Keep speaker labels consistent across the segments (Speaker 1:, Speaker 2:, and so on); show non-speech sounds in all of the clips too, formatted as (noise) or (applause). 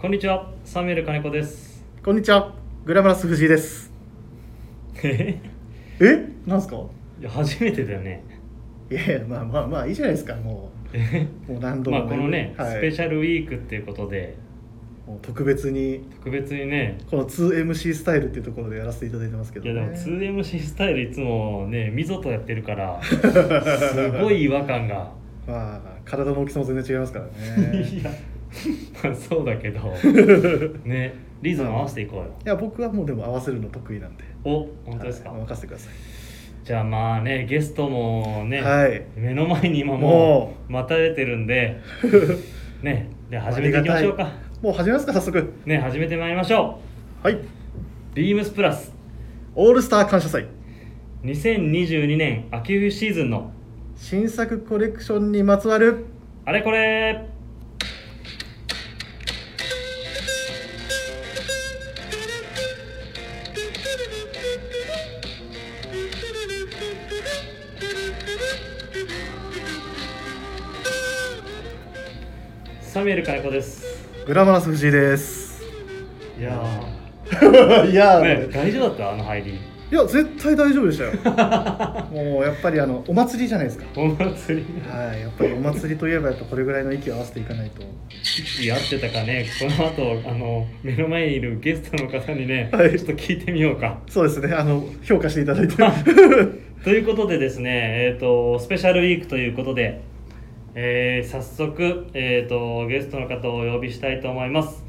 Speaker 1: こんにちは、サミュエル金子です。 (laughs)
Speaker 2: こんにちは、グラマラス藤井です。
Speaker 1: え
Speaker 2: え、なんすか。
Speaker 1: いや初めてだよね。
Speaker 2: いやいや、まあまあまあ、いいじゃないですか、も
Speaker 1: え
Speaker 2: う。もう何度
Speaker 1: ま
Speaker 2: も
Speaker 1: あこのね、
Speaker 2: はい
Speaker 1: スペシャルウィークっていうことで
Speaker 2: もう特別に、
Speaker 1: 特別にね、
Speaker 2: この 2MC スタイルっていうところでやらせていただいてますけど、
Speaker 1: いや
Speaker 2: ね。
Speaker 1: でも 2MC スタイルいつもねみぞとやってるから
Speaker 2: (laughs)
Speaker 1: すごい違和感が。
Speaker 2: まあ、体の大きさも全然違いますからね。
Speaker 1: (laughs) いや、 (laughs) まあそうだけどねリズム合わせていこうよ。
Speaker 2: いや、僕はもうでも合わせるの得意なんで。
Speaker 1: お本当ですか、
Speaker 2: はい任せてください。
Speaker 1: じゃあまあねゲストもね、
Speaker 2: はい
Speaker 1: 目の前に今もう待たれてるんでねで (laughs) 始めていきましょうか
Speaker 2: ありがたいもう始めますか、早速。
Speaker 1: ね始めてまいりましょ
Speaker 2: はい。
Speaker 1: うビームスプラス
Speaker 2: オールスター感謝祭。
Speaker 1: 2022年秋冬シーズンの
Speaker 2: 新作コレクションにまつわる。
Speaker 1: あれこれサミュエル金子です
Speaker 2: グラマラス藤
Speaker 1: (laughs)
Speaker 2: 井です。
Speaker 1: いや
Speaker 2: いや
Speaker 1: ー、ね、
Speaker 2: ー、
Speaker 1: 大丈夫だったあの入り
Speaker 2: いや絶対大丈夫でしたよもうやっぱりあのお祭りじゃないですか
Speaker 1: お祭り
Speaker 2: はいやっぱりお祭りといえばやっぱこれぐらいの息を合わせていかないと
Speaker 1: 息合ってたかねこの後あの目の前にいるゲストの方にね、
Speaker 2: はい
Speaker 1: ちょっと聞いてみようか
Speaker 2: そうですねあの評価していただいて
Speaker 1: あということでですね、えー、とスペシャルウィークということで、えー早速、えー、とゲストの方をお呼びしたいと思います、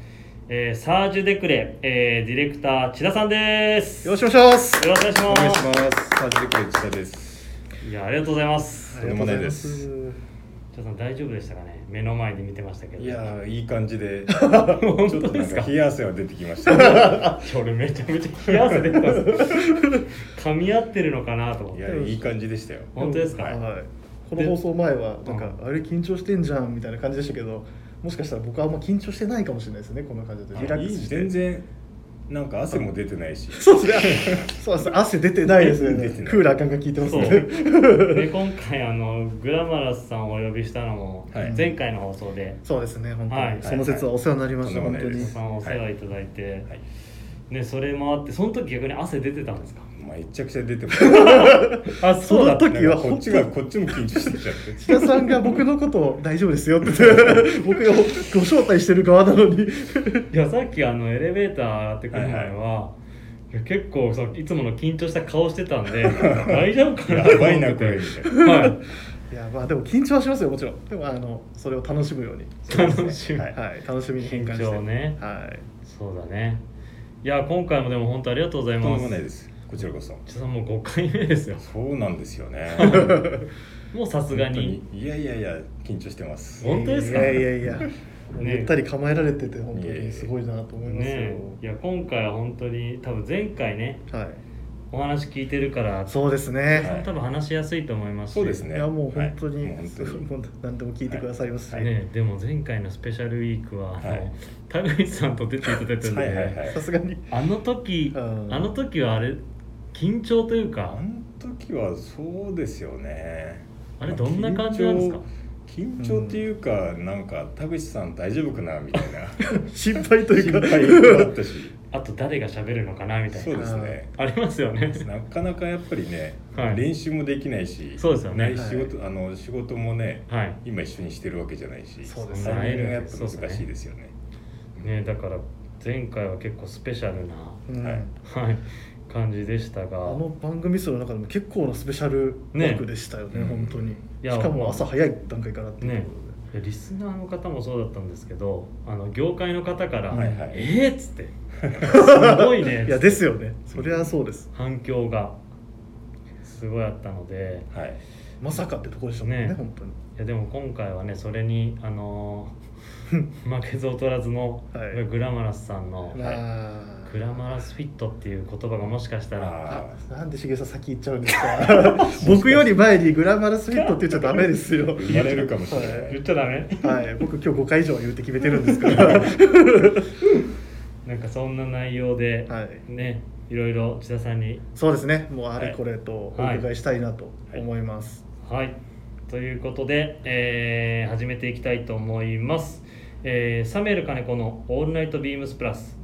Speaker 1: えーサージュ・デクレ、えーディレクター千田さんです
Speaker 2: よろしくお願いします
Speaker 1: よろしくお願いし
Speaker 3: お
Speaker 1: ます
Speaker 3: 願いします。サージクレ千田です。
Speaker 1: いやありがとうございます
Speaker 3: とんでもないです
Speaker 2: ありがとうござ
Speaker 1: 千
Speaker 2: い
Speaker 1: 田さん大丈夫でしたかね目の前で見てましたけど
Speaker 3: い
Speaker 1: (laughs)
Speaker 3: やーいい感じで、ち
Speaker 1: 本
Speaker 3: ょっ
Speaker 1: 当
Speaker 3: と
Speaker 1: で
Speaker 3: なん
Speaker 1: す
Speaker 3: か
Speaker 1: か
Speaker 3: 冷や汗は出てきまし
Speaker 1: (laughs)
Speaker 3: た。い
Speaker 1: 俺めちゃめちゃ冷や汗出てます
Speaker 3: (laughs)
Speaker 1: 噛み合ってるのかなと思って
Speaker 3: やいい感じでしたよ。
Speaker 1: 本当ですか、
Speaker 2: ま
Speaker 3: は
Speaker 2: す
Speaker 3: い
Speaker 2: はいこの放送前はなんか
Speaker 1: う
Speaker 2: あれ緊張してんじゃんみたいな感じでしたけどもしかしたら僕はあんま緊張してないかもしれないですねこんな感じでリラックスして
Speaker 3: 全然なんか汗も出てないし。
Speaker 2: そうですねそうですね汗出てないですよ
Speaker 3: 出
Speaker 2: ね
Speaker 3: てない
Speaker 2: クーラー感が効いてます
Speaker 1: そう
Speaker 2: ね
Speaker 1: で今回あのグラマラスさんをお呼びしたのも
Speaker 3: はい
Speaker 1: 前回の放送で、
Speaker 2: (laughs) そうですね本当に、
Speaker 1: はい
Speaker 2: その説はお世話になりました、
Speaker 3: はいはい
Speaker 2: 本当
Speaker 3: とんで
Speaker 2: に
Speaker 3: もないです
Speaker 1: さんお世話いただいて、
Speaker 3: はい。
Speaker 1: ね、それもあってその時逆に汗出てたんですか
Speaker 3: まあめちゃくちゃ出
Speaker 1: (laughs)
Speaker 3: てます。なんか
Speaker 1: あ
Speaker 2: そうだった
Speaker 1: ね
Speaker 2: 時は
Speaker 3: こっちがこっちも緊張してきちゃって。
Speaker 1: (laughs)
Speaker 2: 千田さんが僕のことを大丈夫 (laughs) ですよって僕がご招待してる側なの (laughs) に
Speaker 1: いやさっきあのエレベーター上がってくる前は、
Speaker 3: はいい
Speaker 1: や結構そのいつもの緊張した顔してたん
Speaker 3: (laughs)
Speaker 1: で大丈夫かな
Speaker 3: やばいな
Speaker 1: と思ってて
Speaker 3: これみたい
Speaker 1: はい
Speaker 2: やまあでも緊張はしますよもちろんでもあのそれを楽しむように
Speaker 1: い楽しみ、
Speaker 3: はい
Speaker 2: はい楽しみに変換して
Speaker 1: 緊張ね
Speaker 2: はい
Speaker 1: そうだねいや今回もでも本当ありがとうござい
Speaker 3: とん
Speaker 1: ま
Speaker 3: でも
Speaker 1: す
Speaker 3: ないです。こち
Speaker 1: (laughs)
Speaker 3: らこそ。
Speaker 1: ちょっともう5回目ですよ
Speaker 3: そうなんですよね。
Speaker 1: もうさすがに
Speaker 3: 本当にいやいやいや緊張してます。
Speaker 1: 本当ですか
Speaker 2: いやいやいや
Speaker 1: ね
Speaker 2: ゆったり構えられてて本当にすごいなと思いますよ、
Speaker 1: ねいや今回は本当に多分前回ね
Speaker 2: はい
Speaker 1: お話聞いてるから
Speaker 2: そうですね、
Speaker 3: はい
Speaker 1: 多分話しやすいと思いますし
Speaker 3: そうです
Speaker 2: い、
Speaker 3: ね
Speaker 2: やもう本当に,、
Speaker 3: はいもう本当に
Speaker 2: 本当何 (laughs) でも聞いてくださいますし、
Speaker 3: はい
Speaker 1: ね、でも前回のスペシャルウィークは、
Speaker 3: はい
Speaker 1: あの田口さんと出ていただいたんで、
Speaker 3: はいはいはい
Speaker 2: さすがに
Speaker 1: あの時、
Speaker 2: うん
Speaker 1: あの時はあれ緊張というか
Speaker 3: あの時はそうですよね
Speaker 1: あれどんな感じなんですか
Speaker 3: 緊張緊張っていうか、なんか田口さん大丈夫かなみたいな
Speaker 1: (laughs)
Speaker 2: 心配という
Speaker 3: 心
Speaker 2: か
Speaker 3: 配も
Speaker 2: (laughs)
Speaker 3: あったし
Speaker 1: あと誰が喋るのかなみたい
Speaker 3: そう
Speaker 1: な
Speaker 3: ですね
Speaker 1: ありますよね
Speaker 3: なかなかやっぱりね、
Speaker 1: はい
Speaker 3: 練習もできないし
Speaker 1: そうですよね
Speaker 3: ない仕事、あの仕事もね
Speaker 1: はい
Speaker 3: 今一緒にしてるわけじゃないし
Speaker 2: そうですね
Speaker 3: タイミングがやっぱ難しいですよね
Speaker 1: ねだから前回は結構スペシャルな、
Speaker 2: うん
Speaker 3: はい
Speaker 1: はい、感じでした
Speaker 2: あ
Speaker 1: が
Speaker 2: の番組数の中でも結構なスペシャルワークでしたよね
Speaker 3: ね
Speaker 2: 本当に
Speaker 1: い
Speaker 2: し
Speaker 1: や
Speaker 2: かも朝早い段階からっていう
Speaker 1: ね
Speaker 2: こ
Speaker 1: リスナーの方もそうだったんですけどあの業界の方から「
Speaker 3: はいはい
Speaker 1: えっ!」っ
Speaker 3: (laughs)
Speaker 1: つって「すごい
Speaker 2: と
Speaker 1: ね」
Speaker 2: でいやですよねそりゃそうです
Speaker 1: 反響がすごいあったので
Speaker 3: はい
Speaker 2: まさかってとこでしたもんね
Speaker 1: ね
Speaker 2: 本当に
Speaker 1: いやでも今回はねそれにあのー (laughs) 負けず劣らずの、
Speaker 2: はい
Speaker 1: グラマラスさんの
Speaker 2: あ
Speaker 1: 「グラマラスフィット」っていう言葉がもしかしたら
Speaker 3: あ
Speaker 2: ーなんでしげさん先行っちゃうんですか僕より前にグラマラスフィットって言っちゃダメですよ
Speaker 3: ー生まれるかもしれない、
Speaker 1: 言っちゃダメ
Speaker 2: はい僕今日5回以上言うって決めてるんですから
Speaker 1: なんかそんな内容で、
Speaker 2: はい
Speaker 1: ねいろいろ千田さんに
Speaker 2: そうですねもうあれこれとお伺いしたいなと思います
Speaker 1: はい、ということで、えー始めていきたいと思います。えーサメール金子の「オールナイトビームスプラス」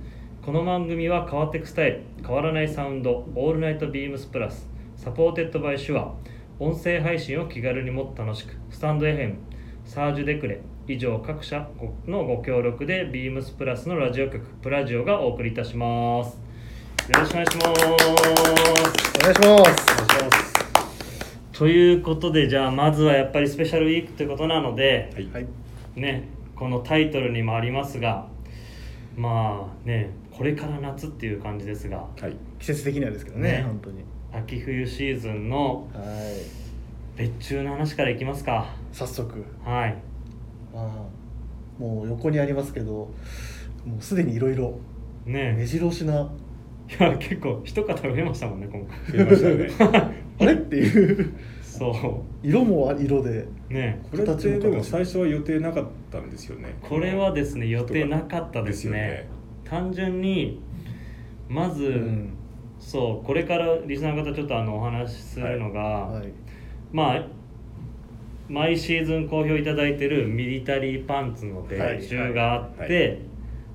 Speaker 1: この番組は変わっていくスタイル変わらないサウンド「オールナイトビームスプラス」サポーテッドバイシュア音声配信を気軽にもっと楽しくスタンド FM サージュデクレ以上各社のご協力でビームスプラスのラジオ局プラジオがお送りいたしますよろしくお願いします
Speaker 2: お願いします
Speaker 1: ということでじゃあまずはやっぱりスペシャルウィークということなので、
Speaker 3: はい
Speaker 2: はい
Speaker 1: ねこのタイトルにもありますがまあねこれから夏っていう感じですが
Speaker 3: はい
Speaker 2: 季節的にはですけどね
Speaker 1: ね
Speaker 2: 本当に
Speaker 1: 秋冬シーズンの
Speaker 2: はい
Speaker 1: 別注の話からいきますか
Speaker 2: 早速
Speaker 1: はい
Speaker 2: まあもう横にありますけどもうすでにいろいろ目
Speaker 1: ね
Speaker 2: 白押しな
Speaker 1: えいや結構一方増えましたもんね今
Speaker 3: 増
Speaker 1: (laughs)
Speaker 3: えまし
Speaker 2: (laughs)
Speaker 3: たね
Speaker 2: あれっていう
Speaker 1: 回そ
Speaker 2: 色も色で
Speaker 1: うね
Speaker 3: これってでも
Speaker 2: 形も
Speaker 3: 最初は予定なかったんですよね
Speaker 1: これはですね予定なかったですね単純にまず、
Speaker 2: うん
Speaker 1: そうこれからリスナーの方ちょっとあのお話しするのが、
Speaker 2: はい
Speaker 1: まあ毎シーズン好評いただいてるミリタリーパンツの別注があって、
Speaker 3: はいはいはい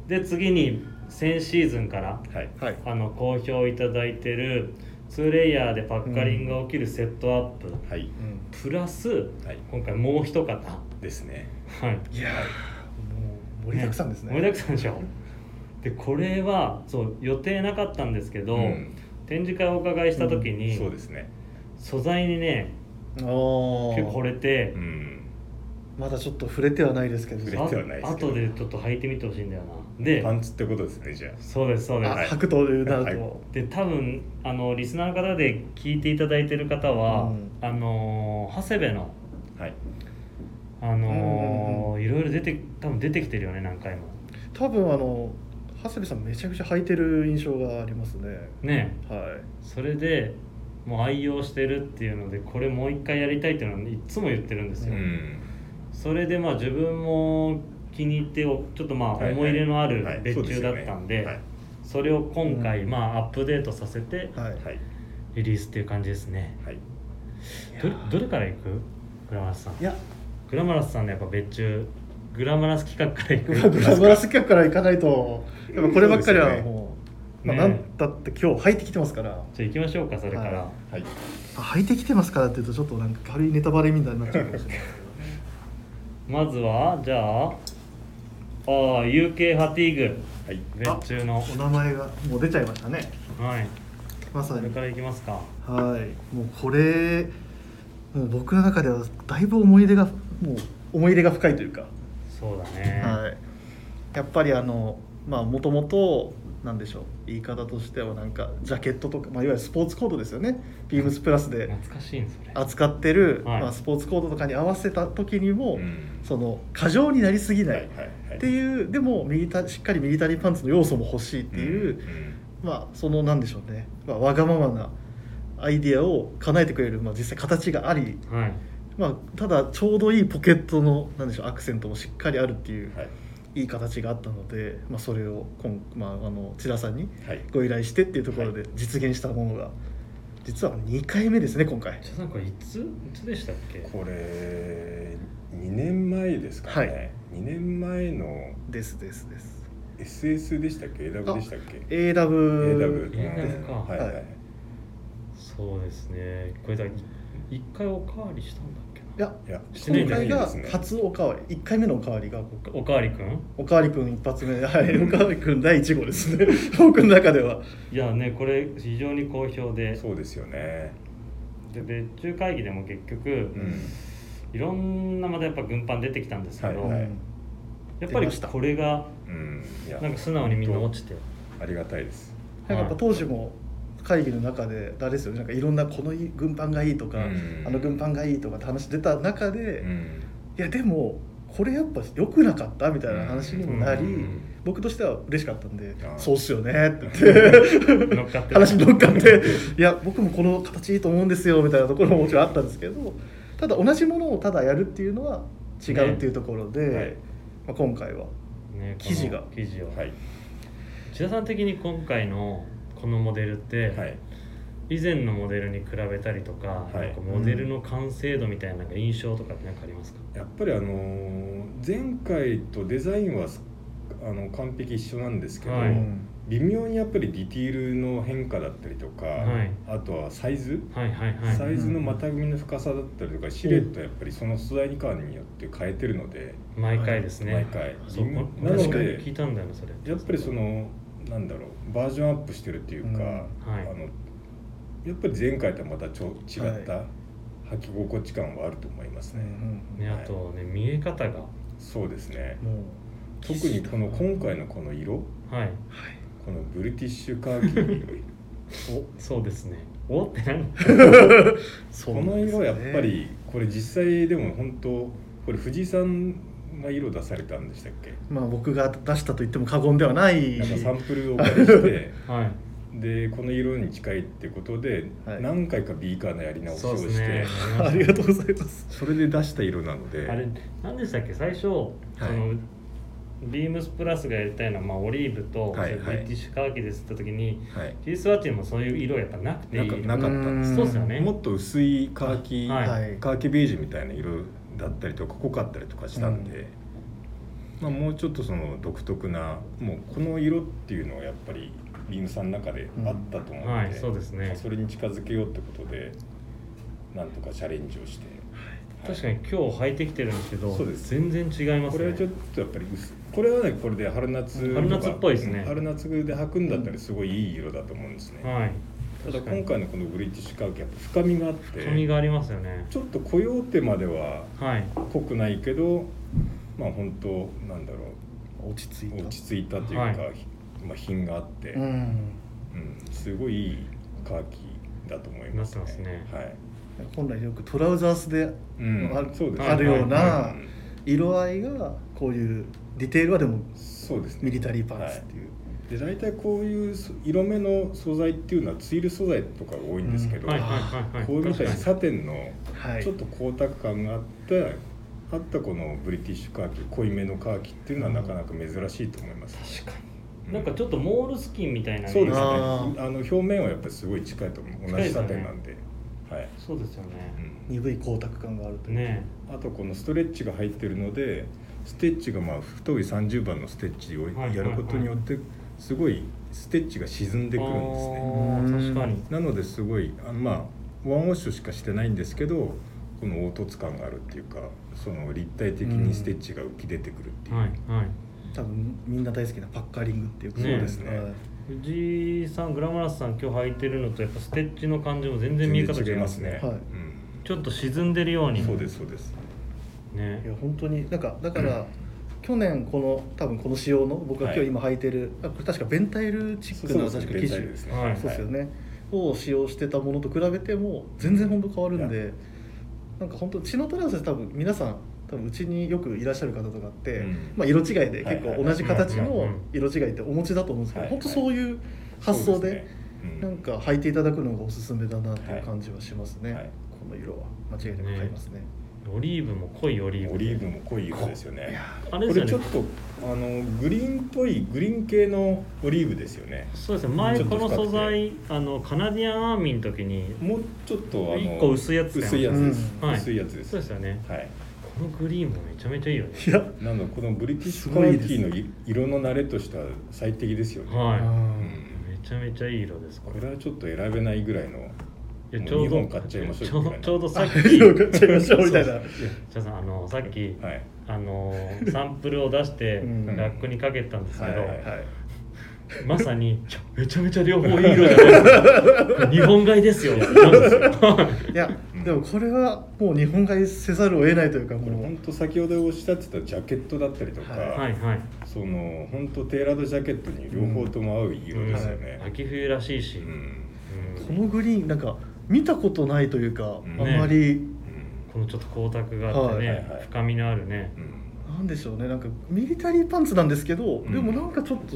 Speaker 1: で次に先シーズンから
Speaker 3: はい
Speaker 2: はい
Speaker 1: あの好評いただいてる2レイヤーでパッカリングが起きるセットアップ、
Speaker 3: はい
Speaker 2: うん
Speaker 1: プラス
Speaker 3: はい
Speaker 1: 今回もう一方は
Speaker 3: ですね
Speaker 1: い
Speaker 2: いやーもう盛りだくさんですね
Speaker 1: 盛りだくさんでしょでこれはそう予定なかったんですけど、
Speaker 3: うん
Speaker 1: 展示会をお伺いした時に、
Speaker 3: そうですね
Speaker 1: 素材にね
Speaker 2: あー
Speaker 1: 結構惚れて
Speaker 3: う、ん
Speaker 2: まだちょっと触れてはないですけど
Speaker 3: 触れ
Speaker 1: あ
Speaker 3: てはないですけど
Speaker 1: 後でちょっと履いてみてほしいんだよなで
Speaker 3: パンツってことですねじゃ
Speaker 1: そうですそうです、
Speaker 2: あ
Speaker 3: はい
Speaker 2: 白というなる
Speaker 3: はい
Speaker 2: と
Speaker 1: で多分あのリスナーの方で聞いていただいてる方は、
Speaker 2: うん
Speaker 1: あのー長谷部の
Speaker 3: あはい
Speaker 1: あ
Speaker 2: うんうん
Speaker 1: のーいろいろ出て多分出てきてるよね何回も
Speaker 2: 多分あの長谷部さんめちゃくちゃ履いてる印象がありますね
Speaker 1: ね
Speaker 2: はい
Speaker 1: それでもう愛用してるっていうのでこれもう一回やりたいっていうのはいつも言ってるんです
Speaker 3: う
Speaker 1: よ、
Speaker 3: ん
Speaker 1: それでまあ自分も気に入っておちょっとまあ
Speaker 3: はいはい
Speaker 1: 思い入れのある
Speaker 3: はい
Speaker 1: 別注だったんで,、
Speaker 3: そうすよね
Speaker 1: それを今回、
Speaker 2: うん
Speaker 1: まあアップデートさせて
Speaker 2: はい
Speaker 3: はい
Speaker 1: リリースっていう感じですね
Speaker 3: はい
Speaker 1: どどれからいくグラマラスさん
Speaker 2: いや
Speaker 1: グラマラスさんのやっぱ別注グラマラス企画からい
Speaker 2: グ
Speaker 1: く
Speaker 2: ラグラグラス企画から行かないとやっぱこればっかりはもう、
Speaker 1: そうですよね
Speaker 2: まあ、な
Speaker 1: ね
Speaker 2: んだって今日履いてきてますから
Speaker 1: じゃあ行きましょうかそれから、
Speaker 2: は
Speaker 3: はい
Speaker 2: あ履いてきてますからっていうとちょっとなんか軽いネタバレみたいになっちゃうかもしれないです
Speaker 1: まずはじゃあああ UK ハティーグ
Speaker 3: はい
Speaker 1: 別注の
Speaker 2: けどお名前がもう出ちゃいましたね
Speaker 1: はい
Speaker 2: まさ
Speaker 1: それ
Speaker 2: に
Speaker 1: からいきますか
Speaker 2: はいもうこれもう僕の中ではだいぶ思い入れがもう思い入れが深いというか、
Speaker 1: そうだね、
Speaker 2: はい、やっぱりあのまあもともとなんでしょう言い方としてはなんかジャケットとか、まあ、いわゆるスポーツコードですよねビームスプラスで
Speaker 1: 懐かしいんそれ
Speaker 2: 扱ってる、
Speaker 1: はい
Speaker 2: まあ、スポーツコードとかに合わせた時にも、
Speaker 3: うん
Speaker 2: その過剰になりすぎ
Speaker 3: は
Speaker 2: ないい
Speaker 3: はいはい
Speaker 2: っていう、でもミリタしっかりミリタリーパンツの要素も欲しいっていう、
Speaker 3: ん
Speaker 2: まあそのなんでしょうね、まあ、わがままなアイディアを叶えてくれる、まあ、実際形があり、
Speaker 1: はい
Speaker 2: まあ、ただちょうどいいポケットのなんでしょうアクセントもしっかりあるっていう、
Speaker 3: はい
Speaker 2: い、い形があったので、まあ、それを今、まあ、あの千田さんに
Speaker 3: はい
Speaker 2: ご依頼してっていうところで実現したものが、実は2回目ですね今回
Speaker 1: じゃあなんかいついつでしたっけ
Speaker 3: これ2年前ですか
Speaker 2: はい
Speaker 3: ね2年前の
Speaker 2: ですですです
Speaker 3: SS でしたっけ AW でしたっけ
Speaker 2: AW,
Speaker 3: AW
Speaker 1: うん
Speaker 3: うんはいはい
Speaker 2: はい
Speaker 1: そうですねこれだい一回おかわりしたんだっけ
Speaker 2: いや
Speaker 3: いや
Speaker 1: してない
Speaker 2: 今
Speaker 1: んだ
Speaker 2: 回
Speaker 3: で
Speaker 2: が
Speaker 3: すね
Speaker 2: 初おかわり1回目のおかわりが
Speaker 1: なおかわりくん
Speaker 2: おかわりくん一発目はいおかわりくん第1号ですね (laughs) 僕の中ではい
Speaker 1: やねこれ非常に好評で
Speaker 3: そうですよね
Speaker 1: で別注会議でも結局、
Speaker 3: うん
Speaker 1: いろんなまたやっぱ軍パン出てきたんですけど、
Speaker 3: はい
Speaker 1: やっぱり
Speaker 2: 出ました
Speaker 1: これが
Speaker 3: うんいや
Speaker 1: なんか素直にみんな落ちて
Speaker 3: ありがたいです
Speaker 2: なんかやっぱ当時も会議の中であれですよねなんかいろんなこの軍パンがいいとか、
Speaker 3: うん
Speaker 2: あの軍パンがいいとかって話出た中で、
Speaker 3: う
Speaker 2: い
Speaker 3: ん
Speaker 2: やでもこれやっぱ良くなかったみたいな話にもなり、
Speaker 1: うん
Speaker 2: 僕としては嬉しかったんで「
Speaker 3: ああ
Speaker 2: そうっすよね」って
Speaker 3: (laughs)
Speaker 2: 言って
Speaker 1: 乗っかって
Speaker 2: 話に乗っかって「いや僕もこの形いいと思うんですよ」みたいなところももちろんあったんですけどただ同じものをただやるっていうのは違うっていうところで、
Speaker 3: はい
Speaker 2: まあ、今回は
Speaker 1: ね
Speaker 2: 記事が
Speaker 1: この記事を、
Speaker 3: はい
Speaker 1: 千田さん的に今回のこのモデルって、、
Speaker 3: はいい
Speaker 1: 以前のモデルに比べたりとか,、
Speaker 3: はい
Speaker 1: なんかモデルの完成度みたいななんか印象とかって何かありますか、
Speaker 3: やっぱりあの前回とデザインはあの完璧一緒なんですけど、
Speaker 1: はい
Speaker 3: 微妙にやっぱりディティールの変化だったりとか、
Speaker 1: はい
Speaker 3: あとはサイズ、
Speaker 1: はいはいはい
Speaker 3: サイズの股組の深さだったりとかシルエットはやっぱりその素材感によって変えてるので
Speaker 1: 毎回ですね、
Speaker 3: 毎回
Speaker 1: そう
Speaker 3: 微妙
Speaker 1: こ
Speaker 3: な
Speaker 1: 確
Speaker 3: の
Speaker 1: かに
Speaker 3: で
Speaker 1: 聞いたんだよなそれ
Speaker 3: やっぱりそのなんだろうバージョンアップしてるっていうか、
Speaker 2: うん
Speaker 1: はい
Speaker 3: あのやっぱり前回とはまたちょ違った、
Speaker 2: は
Speaker 3: 履き心地感はあると思いますね、
Speaker 1: ねあとね見え方が
Speaker 3: そうですね
Speaker 2: もう
Speaker 3: 特にこの今回のこの色
Speaker 1: はい
Speaker 3: このブリティッシュカーキーの色
Speaker 1: おそうですねおって何
Speaker 2: そ
Speaker 3: こ
Speaker 2: うなん
Speaker 3: の
Speaker 2: です
Speaker 3: 色
Speaker 2: よ
Speaker 3: はやっ
Speaker 2: ね
Speaker 3: ぱりこれ実際でも本当これ藤井さんが色出されたんでしたっけ
Speaker 2: まあ僕が出したと言っても過言ではない
Speaker 3: なんかサンプルをお借りして
Speaker 1: (laughs) はい
Speaker 3: でこの色に近いってことで、
Speaker 2: はい
Speaker 3: 何回かビーカーのやり直し
Speaker 1: そ
Speaker 3: を
Speaker 1: う
Speaker 3: して
Speaker 1: ですね
Speaker 2: (laughs) ありがとうございます
Speaker 3: それで出した色なので
Speaker 1: あれ何でしたっけ最初、
Speaker 3: い
Speaker 1: そのビームスプラスがやりたいのは、まあ、オリーブと、
Speaker 3: はいはい
Speaker 1: ブリティッシュカーキですって時に
Speaker 3: はい
Speaker 1: ピースワッチにもそういう色やっぱなくてい
Speaker 3: ないんかなかったんです
Speaker 1: そうですよね
Speaker 3: もっと薄いカーキ、
Speaker 1: はい
Speaker 2: はい
Speaker 3: カーキベージュみたいな色だったりとか濃かったりとかしたんで、まあ、もうちょっとその独特なもうこの色っていうのはやっぱりビームさんの中であったと思うので、
Speaker 1: はいそうですね
Speaker 3: まあそれに近づけようってことでなんとかチャレンジをして、はい
Speaker 1: 確かに今日履いてきてるんですけど
Speaker 3: そうです
Speaker 1: 全然違います
Speaker 3: こ
Speaker 1: ね
Speaker 3: れはちょっとやっぱり薄これはねこれで春夏とか
Speaker 1: 春夏っぽいですね
Speaker 3: うん春夏で履くんだったらすごいいい色だと思うんですね、
Speaker 1: はい
Speaker 3: ただ
Speaker 1: 確かに
Speaker 3: 今回のこのブリティッシュカーキやっぱ深みがあって
Speaker 1: 深みがありますよね
Speaker 3: ちょっとコヨーテまでは
Speaker 1: はい
Speaker 3: 濃くないけどまあ本当なんだろ
Speaker 2: 落ち着いうた
Speaker 3: 落ち着いたというか、
Speaker 1: はい
Speaker 3: ひまあ、品があって、
Speaker 2: う
Speaker 3: うん
Speaker 2: ん
Speaker 3: すごいいいカーキだと思います
Speaker 1: なってますね
Speaker 3: はい
Speaker 2: 本来よくトラウザースで
Speaker 3: うん
Speaker 2: あ
Speaker 3: そうです
Speaker 2: あるよう
Speaker 1: はい
Speaker 2: な
Speaker 3: うん
Speaker 2: 色合いがこういうディテールはでも
Speaker 3: そうですね
Speaker 2: ミリタリーパンツっていう、
Speaker 3: で大体こういうそ色目の素材っていうのはツイル素材とかが多いんですけど、
Speaker 1: はいはいはいはい
Speaker 3: こういうみたい
Speaker 1: 確
Speaker 3: に
Speaker 1: か
Speaker 3: サテンの
Speaker 2: はい
Speaker 3: ちょっと光沢感があって、あったこのブリティッシュカーキ濃いめのカーキっていうのはなかなか珍しいと思います、
Speaker 1: に確か
Speaker 3: う
Speaker 1: になんかちょっとモールスキンみたいな
Speaker 3: そうですね
Speaker 2: あ
Speaker 3: あ
Speaker 2: ー
Speaker 3: の表面はやっぱりすごい近いと思う同
Speaker 1: 近いで
Speaker 3: じ
Speaker 1: すね
Speaker 3: サテンなんではい、
Speaker 1: そうですよね
Speaker 3: うん
Speaker 2: 鈍い光沢感があるという
Speaker 1: ね
Speaker 3: あとこのストレッチが入ってるのでステッチがまあ太い30番のステッチを
Speaker 1: はいはい
Speaker 3: やることによってすごいステッチが沈んでくるんですね、
Speaker 1: あー確かに
Speaker 3: なのですごいあのまあワンウォッシュしかしてないんですけどこの凹凸感があるっていうかその立体的にステッチが浮き出てくるっていう、
Speaker 1: はいはい
Speaker 2: 多分みんな大好きなパッカーリングっていうか
Speaker 1: ね
Speaker 3: そうですね
Speaker 2: はい
Speaker 1: 藤井さんグラマラスさん今日履いてるのとやっぱステッチの感じも全然見え方違いますね
Speaker 2: 全然違いますねはい
Speaker 1: ちょっと沈んでるよう
Speaker 3: うん
Speaker 1: に
Speaker 3: そうですそうです
Speaker 1: ね
Speaker 2: いや本当になんかだから、去年この多分この仕様の僕が今日今履いてる、あこれ確かベンタイルチックな確か生
Speaker 3: ベン
Speaker 2: 地
Speaker 3: タ
Speaker 2: そ
Speaker 3: イ
Speaker 2: う
Speaker 3: ルですね
Speaker 1: はい
Speaker 2: ですよね、を使用してたものと比べても全然本当変わるんでなんか本当血のトラウス多分皆さん多分うちによくいらっしゃる方とかって、
Speaker 3: うん
Speaker 2: まあ、色違いで結
Speaker 3: はいはい
Speaker 2: 構
Speaker 3: はい
Speaker 2: 同じ形
Speaker 1: うんう
Speaker 2: の
Speaker 1: んうん
Speaker 2: 色違いってお持ちだと思うんですけど、
Speaker 3: はいはい
Speaker 2: 本当そういう発想で
Speaker 3: そうすねうん
Speaker 2: なんか履いていただくのがおすすめだなってい
Speaker 3: は
Speaker 2: う
Speaker 3: い
Speaker 2: 感じはしますね、
Speaker 3: はい
Speaker 2: この色は間違いなく買いますね
Speaker 1: オリーブも濃いオリーブ
Speaker 3: オリーブも濃い色ですよね
Speaker 1: あ
Speaker 3: こ
Speaker 1: れ
Speaker 3: れ
Speaker 1: ですよ
Speaker 3: ちょっ
Speaker 1: ね
Speaker 3: とあのグリーンっぽいグリーン系のオリーブですよね
Speaker 1: そうですね前
Speaker 3: ちょっ
Speaker 1: ことの
Speaker 3: 深くて
Speaker 1: 素材あのカナディアンアーミーの時に
Speaker 3: もうちょっとあの
Speaker 1: 一個薄いやつだよ
Speaker 3: 薄いやつです、
Speaker 1: うんはい
Speaker 3: 薄いやつです
Speaker 1: そうですよね
Speaker 3: はい
Speaker 1: このグリーンもめちゃめちゃいいよ
Speaker 3: (laughs)
Speaker 1: ね
Speaker 2: いや、
Speaker 3: なのでこのブリティッシ
Speaker 2: す
Speaker 3: ュカ
Speaker 2: ごい
Speaker 3: ー
Speaker 2: です
Speaker 3: キーのい色の慣れとしては最適ですよね、
Speaker 1: は
Speaker 2: う
Speaker 3: う
Speaker 2: ん
Speaker 1: い
Speaker 3: ん
Speaker 1: めちゃめちゃいい色ですこ
Speaker 3: こ
Speaker 1: れ
Speaker 3: れはちょっと選べないぐらいのもう
Speaker 1: いやちょう
Speaker 3: 2
Speaker 1: ど
Speaker 3: 本買っちゃいましょう
Speaker 1: ちょ
Speaker 3: み
Speaker 1: う
Speaker 3: たいな
Speaker 1: ちょうど
Speaker 3: (laughs)
Speaker 1: さっき
Speaker 2: (laughs) 色買っちゃいましょうみたいな
Speaker 1: そうそうちょっとあのさっき
Speaker 3: はい
Speaker 1: あのサンプルを出して
Speaker 2: うん
Speaker 1: ラックにかけたんですけ
Speaker 3: はい
Speaker 1: ど
Speaker 3: はい
Speaker 2: はい
Speaker 1: まさにちょめちゃめちゃ両方いい色じゃないですか日本買いですよなんですよ
Speaker 2: いや、
Speaker 3: うん
Speaker 2: でもこれはもう日本買いせざるを得ないというか
Speaker 3: これ
Speaker 2: もう
Speaker 3: 本当先ほどおっしゃってたジャケットだったりとか、
Speaker 2: はい
Speaker 1: はいはい
Speaker 3: その本当テーラードジャケットに両方とも合う色ですよね、
Speaker 1: 秋冬らしいし、
Speaker 3: うん
Speaker 1: うん
Speaker 2: このグリーンなんか見たことないというか、
Speaker 3: うん
Speaker 2: あんまり、
Speaker 1: このちょっと光沢があってね、
Speaker 3: はいはいはい
Speaker 1: 深みのあるね
Speaker 3: うんうん
Speaker 2: なんでしょうねなんかミリタリーパンツなんですけど、
Speaker 3: うん
Speaker 2: でもなんかちょっと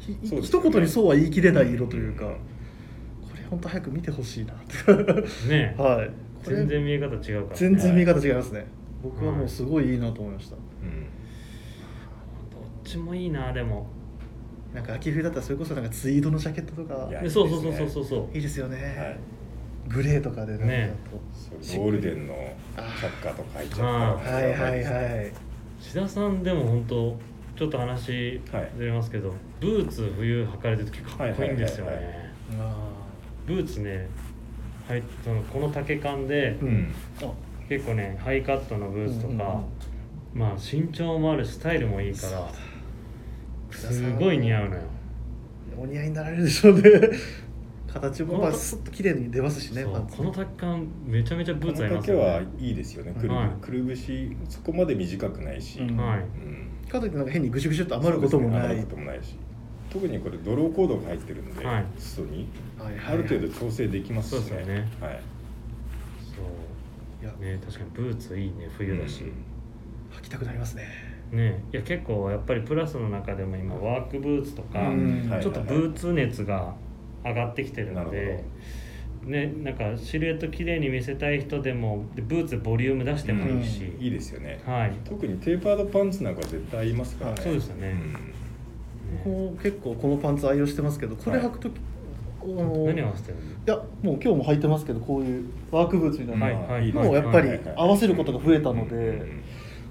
Speaker 2: ひ、
Speaker 3: そうです
Speaker 2: 一
Speaker 3: ね
Speaker 2: 言にそうは言い切れない色というか、
Speaker 3: うん
Speaker 2: これ本当早く見てほしいなって
Speaker 1: ね
Speaker 2: (laughs) はいこれ
Speaker 1: 全然見え方違うから、ね、
Speaker 2: 全然見方違いますね、僕はもうすごいいいなと思いました、
Speaker 3: うん
Speaker 1: どっちもいいなでも
Speaker 2: いなんか秋冬だったらそれこそなんかツイードのジャケットとか
Speaker 3: いや
Speaker 1: でそうそうそうそうそうそう
Speaker 2: いいですよね、
Speaker 3: はい
Speaker 2: グレーとかでなんか
Speaker 1: ね
Speaker 3: そうゴールデンのサッカーとか入っちゃ
Speaker 1: あ
Speaker 3: っ
Speaker 2: と
Speaker 3: た
Speaker 2: はいはいはい
Speaker 1: 志田さんでも本当ちょっと話ずれますけど、ブーツ冬履かれてる時かっこいいんですよね、
Speaker 3: はいはいはいは
Speaker 2: あ
Speaker 1: ブーツねはいそのこの丈感で、
Speaker 2: う
Speaker 3: うん
Speaker 2: ーあ
Speaker 1: 結構ねハイカットのブーツと
Speaker 2: うんうん
Speaker 1: か、まあ身長もあるしスタイルもいいか
Speaker 2: そうだ
Speaker 1: らすごい似合うのよ
Speaker 2: お似合いになられるでしょうね
Speaker 1: (laughs)
Speaker 2: 形もまあスッと綺麗に出ますしね
Speaker 1: そ
Speaker 2: パ
Speaker 1: う
Speaker 2: ンツ
Speaker 1: この丈感めちゃめちゃブー
Speaker 3: この
Speaker 1: ツ合います
Speaker 3: 丈
Speaker 1: よね
Speaker 3: はいいですよねくるぶ,、
Speaker 1: はい
Speaker 3: くるぶしそこまで短くないし、
Speaker 2: う
Speaker 3: うんん
Speaker 1: はい
Speaker 2: かといってなんか変にぐしゅぐしゅっと余ることもない、
Speaker 3: 余ることもないし特にこれドローコードが入ってるので、
Speaker 1: はい
Speaker 3: 裾に
Speaker 2: はいはい
Speaker 3: ある程度調整できますし
Speaker 1: そうですよね
Speaker 3: はい
Speaker 2: いや
Speaker 1: そうね確かにブーツいいね冬だし、
Speaker 2: 履きたくなりますね
Speaker 1: ねいや結構やっぱりプラスの中でも今ワークブーツとか、
Speaker 2: うん
Speaker 1: ちょっとブーツ熱が上がってきてるの
Speaker 3: な
Speaker 1: で
Speaker 3: る、
Speaker 1: ね、なんかシルエット綺麗に見せたい人でもでブーツでボリューム出してもいいし、
Speaker 3: いいですよね、
Speaker 1: はい、
Speaker 3: 特にテーパードパンツなんか絶対合いますからね
Speaker 1: そうですよねね
Speaker 2: こう結構このパンツ愛用してますけどこれ履く時、あの
Speaker 1: 何合
Speaker 2: い
Speaker 1: わせてるの
Speaker 2: やもう今日も履いてますけどこういうワークブーツみたいな、
Speaker 1: はい
Speaker 3: まあ
Speaker 1: はい
Speaker 2: もうやっぱり
Speaker 3: はいはいはい
Speaker 2: 合わせることが増えたので
Speaker 3: うん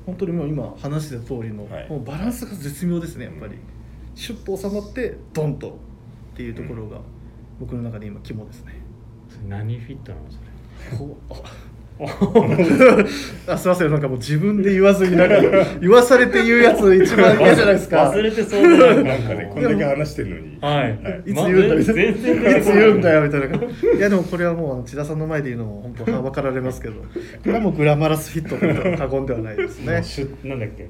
Speaker 2: 本当にもう今話してた通りの、
Speaker 3: はい
Speaker 2: もうバランスが絶妙ですねやっぱり、
Speaker 3: うん
Speaker 2: シュッと収まってドンとっていうところが僕の中で今肝ですね、
Speaker 1: それ何フィットなのそれ
Speaker 2: こう (laughs) ああすいませんなんかもう自分で言わずになんか言わされて言うやつ一番嫌じゃないですか
Speaker 1: 忘れてそうだ
Speaker 3: なんかねこんだけ話してるのに
Speaker 1: はい
Speaker 3: はい
Speaker 2: いつ言
Speaker 1: まあ
Speaker 2: うんだみたいな、
Speaker 1: 全然出てこない
Speaker 2: いつ言うんだよみたいな感じいやでもこれはもうあの千田さんの前で言うのも本当はばかられますけどこれはもうグラマラスフィットと言っても過言ではないですね
Speaker 1: シュなんだっけ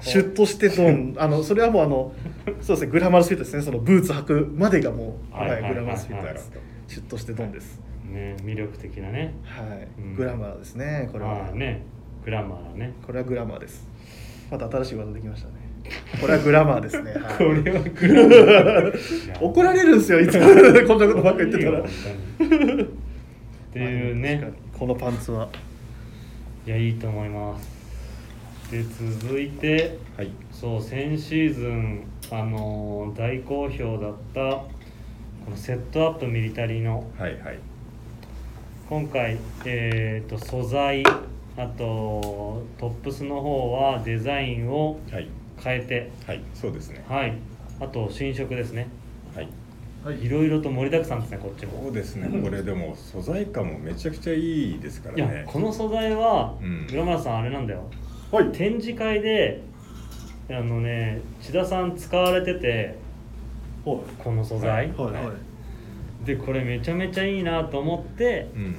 Speaker 2: シュッとしてドンあのそれはもうあのそうですねグラマラスフィットですねそのブーツ履くまでがもう、は
Speaker 1: はいいはいはい
Speaker 2: グラマラスフィット
Speaker 1: は
Speaker 2: で
Speaker 1: い
Speaker 2: すシュッとしてドンです
Speaker 1: ね魅力的なね
Speaker 2: はい、
Speaker 1: うん
Speaker 2: グラマーですねこれは
Speaker 1: ああねグラマーなね
Speaker 2: これはグラマーですまた新しい技できましたねこれはグラマーですね、
Speaker 1: こ
Speaker 2: は
Speaker 1: れはグラマー
Speaker 2: い、怒られるんですよいつもこんなことばっか言ってたら
Speaker 1: いいよ本当にっていう
Speaker 2: まあ
Speaker 1: ね
Speaker 2: 確かにこのパンツはい
Speaker 1: やいいと思いますで続いて
Speaker 3: はい
Speaker 1: そう先シーズンあのー大好評だったこのセットアップミリタリーの
Speaker 3: はいはい
Speaker 1: 今回、えー、と素材あとトップスの方はデザインを
Speaker 3: はい
Speaker 1: 変えて
Speaker 3: はいそうですね
Speaker 1: はいあと新色ですね
Speaker 3: はい
Speaker 2: はい
Speaker 1: いろいろと盛りだくさんですねこっち
Speaker 3: そ
Speaker 1: も
Speaker 3: うですねこれでも素材感もめちゃくちゃいいですから
Speaker 1: いや
Speaker 3: ね
Speaker 1: この素材は
Speaker 3: うん
Speaker 1: 村村さんあれなんだよ
Speaker 3: はい
Speaker 1: 展示会であのね千田さん使われてて
Speaker 2: ほ
Speaker 1: この素材、
Speaker 3: は
Speaker 2: はい
Speaker 3: い
Speaker 2: はい、
Speaker 3: はい
Speaker 1: でこれめちゃめちゃいいなと思って
Speaker 3: うん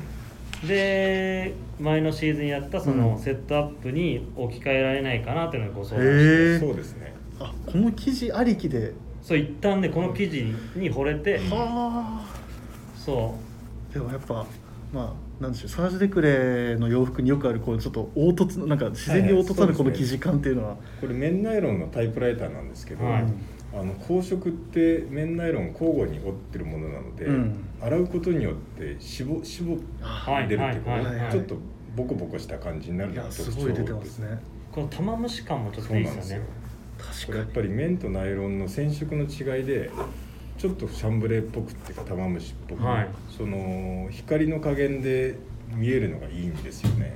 Speaker 1: で前のシーズンやったそうの
Speaker 2: ん
Speaker 1: セットアップに置き換えられないかなっていうのをご相談して
Speaker 2: へえ
Speaker 3: そうですね
Speaker 2: あこの生地ありきで
Speaker 1: そう一旦ねこの記事に惚れて
Speaker 3: うん
Speaker 2: はあ
Speaker 1: そ
Speaker 2: でもやっぱまあなんでしょうサージュ・デクレの洋服によくあるこうちょっと凹凸のなんか自然に凹凸ある
Speaker 3: はいはい
Speaker 2: この
Speaker 3: そう
Speaker 2: 生
Speaker 3: です
Speaker 2: 地
Speaker 3: ね
Speaker 2: 感っていうのは、
Speaker 3: これ綿ナイロンのタイプライターなんですけど、
Speaker 1: はい
Speaker 3: あの光色って綿ナイロンを交互に折ってるものなので、
Speaker 2: うん
Speaker 3: 洗うことによって絞絞
Speaker 2: あ
Speaker 1: はい
Speaker 3: 出るっていうか、
Speaker 1: はい
Speaker 2: はいはい
Speaker 3: ちょっとボコボコした感じになる
Speaker 2: い
Speaker 3: の
Speaker 2: や
Speaker 3: が
Speaker 2: す
Speaker 3: 特徴
Speaker 2: ごい出てますね
Speaker 1: うこの玉虫感もちょっ
Speaker 3: そ
Speaker 1: と
Speaker 3: う
Speaker 1: いい
Speaker 3: な
Speaker 1: で
Speaker 3: んですす
Speaker 1: よ
Speaker 3: よ
Speaker 1: ね
Speaker 3: こ
Speaker 2: 確
Speaker 3: れ
Speaker 2: か
Speaker 3: やっ
Speaker 2: に
Speaker 3: ぱり綿とナイロンの染色の違いでちょっとシャンブレーっぽくっていうか玉虫っぽく、
Speaker 1: はい
Speaker 3: その光の加減で見えるのがいいんですよね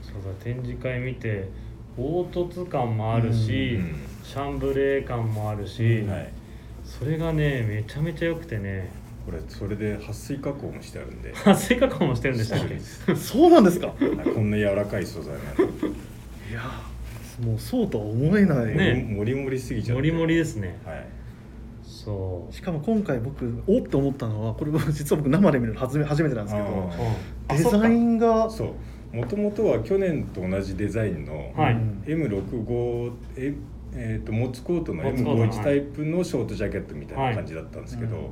Speaker 1: そうだ展示会見て凹凸感もあるし、
Speaker 3: うんうん
Speaker 1: シャンブレー感もあるし、
Speaker 3: はい
Speaker 1: それがねめちゃめちゃ良くてね
Speaker 3: これそれで撥水加工もしてあるんで
Speaker 1: 撥水加工もしてるんでしたっ
Speaker 3: して
Speaker 1: け
Speaker 3: るんです
Speaker 2: そうなんですか
Speaker 3: はいこんな柔らかい素材なんで
Speaker 2: いやもうそうとは思えない、
Speaker 1: ね
Speaker 3: もりもりすぎちゃっ
Speaker 1: モ
Speaker 3: て
Speaker 1: リモリですね
Speaker 3: はい
Speaker 1: そう
Speaker 2: しかも今回僕おって思ったのはこれ僕 (laughs) 実は僕生で見るの初め初めてなんですけど
Speaker 3: あ
Speaker 1: う
Speaker 2: デザイ
Speaker 1: ン
Speaker 2: ンが
Speaker 3: そうもともとは去年と同じデザインの
Speaker 1: はい
Speaker 2: うん、 (laughs)
Speaker 3: M65 ええーとモッツコートの
Speaker 1: モッツコートのはい
Speaker 3: M51 タイプのショートジャケットみたいな感じだったんですけど、
Speaker 2: はい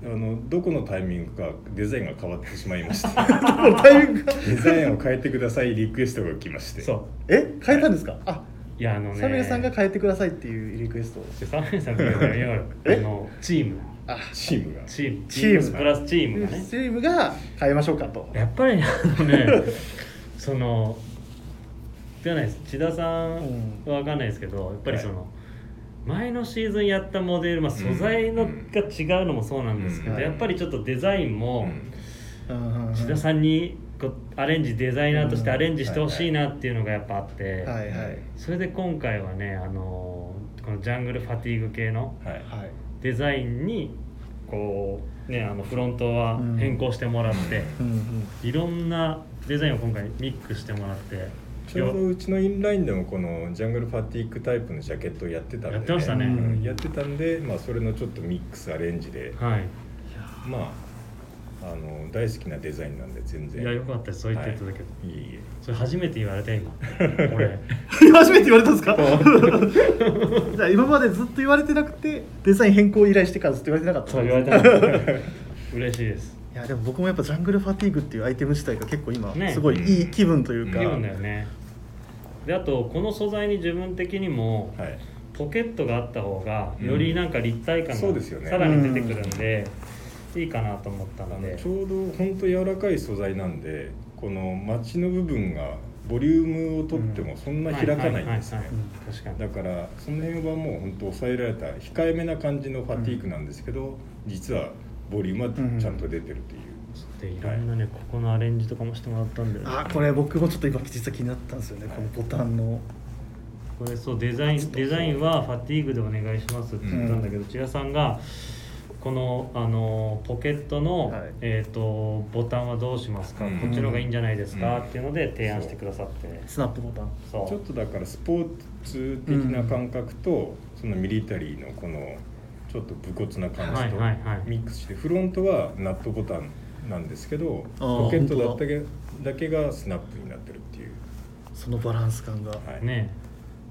Speaker 3: あのどこのタイミングかデザインが変わってしまいまして (laughs)
Speaker 2: このタイミングが
Speaker 3: デザインを変えてくださいリクエストが来まして
Speaker 1: そう
Speaker 2: え変えたんですかあ
Speaker 1: いやあのね
Speaker 2: サミュエルさんが変えてくださいっていうリクエストを
Speaker 1: でサメさんが言うからいわゆ
Speaker 2: (laughs) え
Speaker 1: るあのチーム
Speaker 2: あ
Speaker 3: チームが
Speaker 1: チーム
Speaker 2: チーム
Speaker 1: チプラスチームがね
Speaker 2: チームが変えましょうかと
Speaker 1: やっぱりねあの
Speaker 2: (laughs)
Speaker 1: ねそのじゃないです千田さん
Speaker 2: うん
Speaker 1: は分かんないですけどやっぱりその、前のシーズンやったモデル、まあ、素材の
Speaker 3: うん
Speaker 1: が違うのもそうなんですけど、
Speaker 2: うん
Speaker 1: やっぱりちょっとデザイン
Speaker 3: う
Speaker 1: も
Speaker 3: ん
Speaker 1: 志田さんにこうアレンジデザイナーとしてアレンジしてほしいなっていうのがやっぱあって、
Speaker 2: はいはい
Speaker 1: それで今回はねあのーこのジャングルファティーグ系の
Speaker 3: はい
Speaker 2: はい
Speaker 1: デザインにこうねあのフロントは
Speaker 2: うん
Speaker 1: 変更してもら
Speaker 2: (laughs)
Speaker 1: って、
Speaker 2: うんうん
Speaker 1: いろんなデザインを今回ミックスしてもらって
Speaker 3: ちょうどうちのインラインでもこのジャングルファティックタイプのジャケットをやってたんで、
Speaker 1: やってましたね
Speaker 3: うんやってたんで、まあ、それのちょっとミックスアレンジで、
Speaker 1: はい
Speaker 3: まああの大好きなデザインなんで全然
Speaker 1: いやよかったですそう言っていただけて、
Speaker 3: いいえ
Speaker 1: それ初めて言われた
Speaker 3: (laughs)
Speaker 1: 今俺
Speaker 2: 初めて言われたんですか (laughs) じゃあ今までずっと言われてなくてデザイン変更依頼してからずっと言われてなかった
Speaker 1: そう言われ
Speaker 2: い
Speaker 1: たの (laughs) 嬉しいです
Speaker 2: やでも僕もやっぱジャングルファティーグっていうアイテム自体が結構今
Speaker 1: ね
Speaker 2: すごいいい気分というか、
Speaker 1: 気
Speaker 3: うん
Speaker 1: 分だよねであとこの素材に自分的にも
Speaker 3: はい
Speaker 1: ポケットがあった方がよりなんか立体感
Speaker 3: そうですよ
Speaker 1: が
Speaker 3: ね
Speaker 1: さらに出てくるんで、いいかなと思った
Speaker 3: あ
Speaker 1: の
Speaker 3: の
Speaker 1: で
Speaker 3: ちょうど本当柔らかい素材なんでこのマチの部分がボリュームを取ってもそんな開かないんです
Speaker 1: は
Speaker 3: ね
Speaker 1: はははい確かに
Speaker 3: だからその辺はもう本当抑えられた控えめな感じのファティークなんですけど、実はボリュームはちゃんと出てるとい
Speaker 1: で
Speaker 3: う、
Speaker 1: いろんなね、ここのアレンジとかもしてもらったんだよね
Speaker 2: あこれ僕もちょっと今実は気になったんですよねこのボタンの
Speaker 1: これそうデザインデザインはファティーグでお願いしますって言ったんだけど、千田さんがこのあのポケットの、
Speaker 2: はい
Speaker 1: えー、とボタンはどうしますか、
Speaker 3: うん
Speaker 1: こっちの方がいいんじゃないですか、
Speaker 3: うん
Speaker 1: っていうので提案してくださって
Speaker 2: スナップボタン
Speaker 1: そう
Speaker 3: ちょっとだからスポーツ的な感覚と、そのミリタリーのこのちょっと武骨な感
Speaker 1: はい
Speaker 3: じと
Speaker 1: はいはい
Speaker 3: ミックスしてフロントはナットボタンなんですけど
Speaker 2: あー
Speaker 3: ポケットだ
Speaker 2: 本当
Speaker 3: ったけだけがスナップになってるっていう、
Speaker 2: そのバランス感が、
Speaker 3: はい
Speaker 1: ね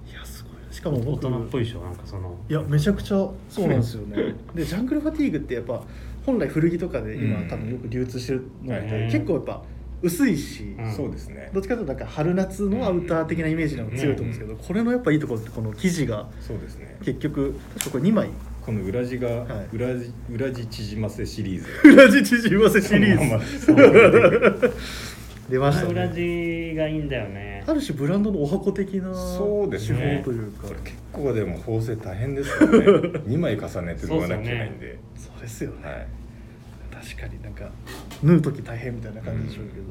Speaker 2: い、やすごいしかも
Speaker 1: 大
Speaker 2: 僕
Speaker 1: 人っぽいでしょなんかその
Speaker 2: いやめちゃくちゃそうなんですよねでジャングルファティーグってやっぱ本来古着とかで今、
Speaker 3: うん
Speaker 2: 多分よく流通してるのって、
Speaker 1: はい
Speaker 2: 結構やっぱ薄いし、
Speaker 1: うん
Speaker 3: そうですね
Speaker 2: どっちかというとなんか春夏のアウター的なイメージの方が強いと思うんですけど、
Speaker 3: うん
Speaker 2: これのやっぱいいところってこの生地が
Speaker 3: そうですね
Speaker 2: 結局確かこれ2枚
Speaker 3: この裏地が、
Speaker 2: はい
Speaker 3: 裏地裏地縮ませシリーズ
Speaker 2: 裏地縮ませシリ
Speaker 3: ま
Speaker 2: ー
Speaker 3: あま
Speaker 2: ズ
Speaker 3: あ
Speaker 2: 出ました
Speaker 1: 裏
Speaker 2: ね
Speaker 1: 地がいいんだよね
Speaker 2: ある種ブランドのお箱的な
Speaker 3: そうです
Speaker 1: ね
Speaker 2: 手法というか
Speaker 3: これ結構でも縫製大変ですよね
Speaker 1: (laughs)
Speaker 3: 2枚重ねて縫わなきゃいけないんで
Speaker 2: そうですよね、
Speaker 3: はい
Speaker 2: 確かになんか縫う時大変みたいな感じでしょうけど、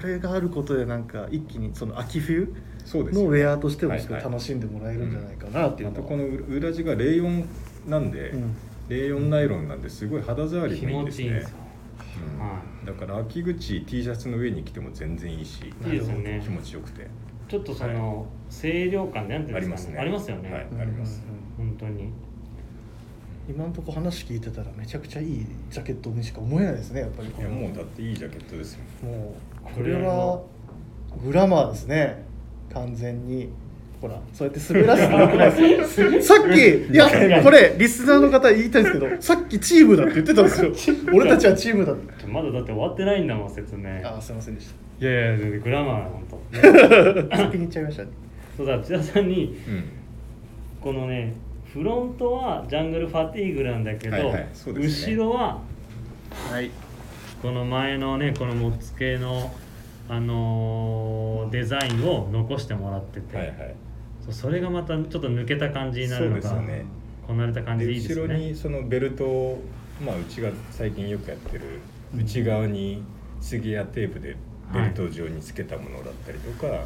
Speaker 2: これがあることでなんか一気にその秋冬
Speaker 3: そうです
Speaker 2: のウェアとしてもすご
Speaker 3: はいいはい
Speaker 2: 楽しんでもらえるんじゃないかなっていう
Speaker 3: ま
Speaker 2: の
Speaker 3: た
Speaker 2: は
Speaker 3: この裏地がレイヨンなんで、
Speaker 2: うん
Speaker 3: レイヨンナイロンなんですごい肌触り
Speaker 1: 気
Speaker 3: もいい
Speaker 1: 持
Speaker 3: です
Speaker 1: ちいいんで
Speaker 3: ね
Speaker 1: すよ、
Speaker 3: うん
Speaker 1: は
Speaker 3: だから秋口 T シャツの上に着ても全然いいし
Speaker 1: いいですよね
Speaker 3: 気持ちよくて
Speaker 1: ちょっとその、清涼感なんていうんですか
Speaker 3: ありますね
Speaker 1: ありますよね、
Speaker 3: はい
Speaker 2: うん
Speaker 3: あります
Speaker 2: うん
Speaker 1: 本当に
Speaker 2: 今のところ話聞いてたらめちゃくちゃいいジャケットにしか思えないですねやっぱり
Speaker 3: い
Speaker 2: こ
Speaker 3: や
Speaker 2: の
Speaker 3: もうだっていいジャケットですよ
Speaker 2: もうこ
Speaker 1: こ
Speaker 2: れ
Speaker 1: れ
Speaker 2: は
Speaker 1: は
Speaker 2: グラマーですね完全にほらそうやって滑らせてよ
Speaker 3: (laughs)
Speaker 2: くないですかさっきいやこれリスナーの方言いたいんですけどさっきチームだって言ってたん
Speaker 3: (laughs)
Speaker 2: ですよ俺たちはチームだって
Speaker 1: まだだって終わってないんだもん説明
Speaker 2: あーすいませんでし
Speaker 1: いやいや全然グラマーな本当
Speaker 3: (laughs)
Speaker 2: た先に言っちゃいましたね
Speaker 1: そうだ千田さんに
Speaker 3: うん
Speaker 1: このねフロントはジャングルファティーグなんだけど、
Speaker 3: はいはいそうですね
Speaker 1: 後ろは
Speaker 2: はい
Speaker 1: この前のねこのモッツ系の、あのーデザインを残してもらってて、
Speaker 3: はいはい
Speaker 1: そうそれがまたちょっと抜けた感じになるの
Speaker 3: そう
Speaker 1: が、
Speaker 3: ですよね
Speaker 1: こなれた感じ
Speaker 3: で
Speaker 1: でいいです
Speaker 3: 後
Speaker 1: よ
Speaker 3: ろに
Speaker 1: ね
Speaker 3: そのベルトを、まあ、うちが最近よくやってる内側にスギやテープでベルト状につけたものだったりとか、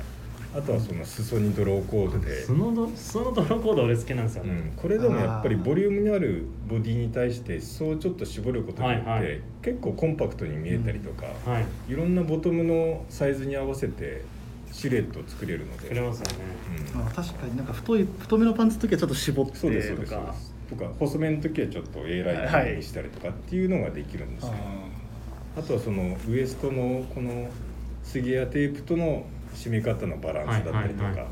Speaker 3: あとはその裾にドローコードで
Speaker 1: そ、のどそのドローコード俺好きなんですよ
Speaker 3: う
Speaker 1: ね、
Speaker 3: ん、これでもやっぱりボリュームのあるボディに対して裾をちょっと絞ることによって、
Speaker 1: はいはい
Speaker 3: 結構コンパクトに見えたりとか、
Speaker 1: はい
Speaker 3: いろんなボトムのサイズに合わせてシルエットを作れるので。
Speaker 1: 作れますよね
Speaker 3: うん
Speaker 2: まあ、確かになんか太い太めのパンツの時はちょっと絞って
Speaker 3: そうですそう
Speaker 2: と
Speaker 3: ですそう
Speaker 2: か
Speaker 3: ですとか細めの時はちょっと A ラインにしたりとかっていうのができるんですよ、あとはそのウエストのこの杉やテープとの締め方のバランスだったりとか、
Speaker 1: はいは
Speaker 3: い
Speaker 1: いは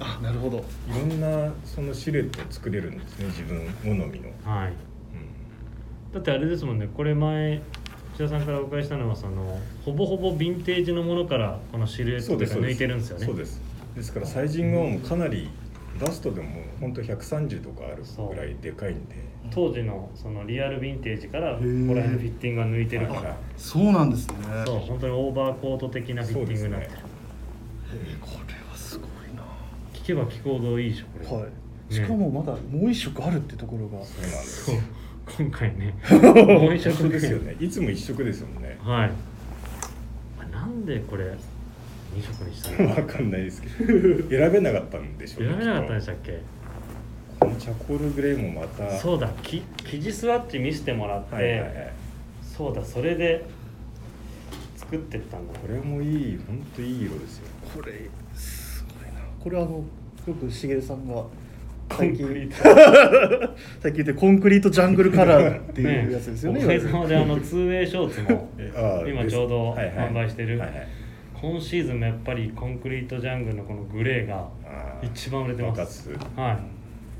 Speaker 2: あなるほど
Speaker 3: ろんなそのシルエットを作れるんですね自分好みの、
Speaker 1: はいだってあれですもんねこれ前千田さんからお伺いしたのはそのほぼほぼヴィンテージのものからこのシルエットというか抜いてるんですよね
Speaker 3: そうですですからサイジングはもうかなりバストでも本当130とかあるぐらいでかいんで
Speaker 1: 当時のそのリアルヴィンテージからここら
Speaker 2: ー
Speaker 1: 辺のフィッティングが抜いてるから
Speaker 3: あ
Speaker 2: そうなんですね
Speaker 1: そう本当にオーバーコート的なフィッティングになってる、
Speaker 2: これはすごいな
Speaker 1: 聞けば聞くほどいいでしょこれ、
Speaker 2: はいしかもまだもう一色あるってところが、
Speaker 3: そうなんです
Speaker 1: そう
Speaker 3: よ
Speaker 1: 今回ねもう一
Speaker 3: 一
Speaker 1: 色
Speaker 3: 色ですよねいつも一色ですもんね
Speaker 1: (laughs) はいあなんでこれ二色にした
Speaker 3: (laughs)
Speaker 1: の
Speaker 3: 分かんないですけど選べなかったんでしょうね
Speaker 1: 選べなかったんでしたっけ
Speaker 3: このチャコールグレーもまた
Speaker 1: そうだき生地スワッチ見せてもらって、
Speaker 3: はいはいはい
Speaker 1: そうだそれで作ってったんだ
Speaker 3: これもいい本当いい色ですよ
Speaker 2: これすごいなこれあのよくしげるさんが
Speaker 1: コン
Speaker 2: 最
Speaker 1: ク
Speaker 2: 近
Speaker 1: リート
Speaker 2: (laughs) 最近言ってコンクリートジャングルカラーっていうやつです
Speaker 1: (laughs)
Speaker 2: よね
Speaker 1: お
Speaker 2: い
Speaker 1: かげ
Speaker 2: わゆる
Speaker 1: さまであの 2way ショーツも
Speaker 3: えあー
Speaker 1: 今
Speaker 3: です
Speaker 1: ちょうど
Speaker 3: はいはい
Speaker 1: 販売してる
Speaker 3: はいはい
Speaker 1: 今シーズンもやっぱりコンクリートジャングルのこのグレーが
Speaker 3: あー
Speaker 1: 一番売れてます
Speaker 3: 爆発
Speaker 1: は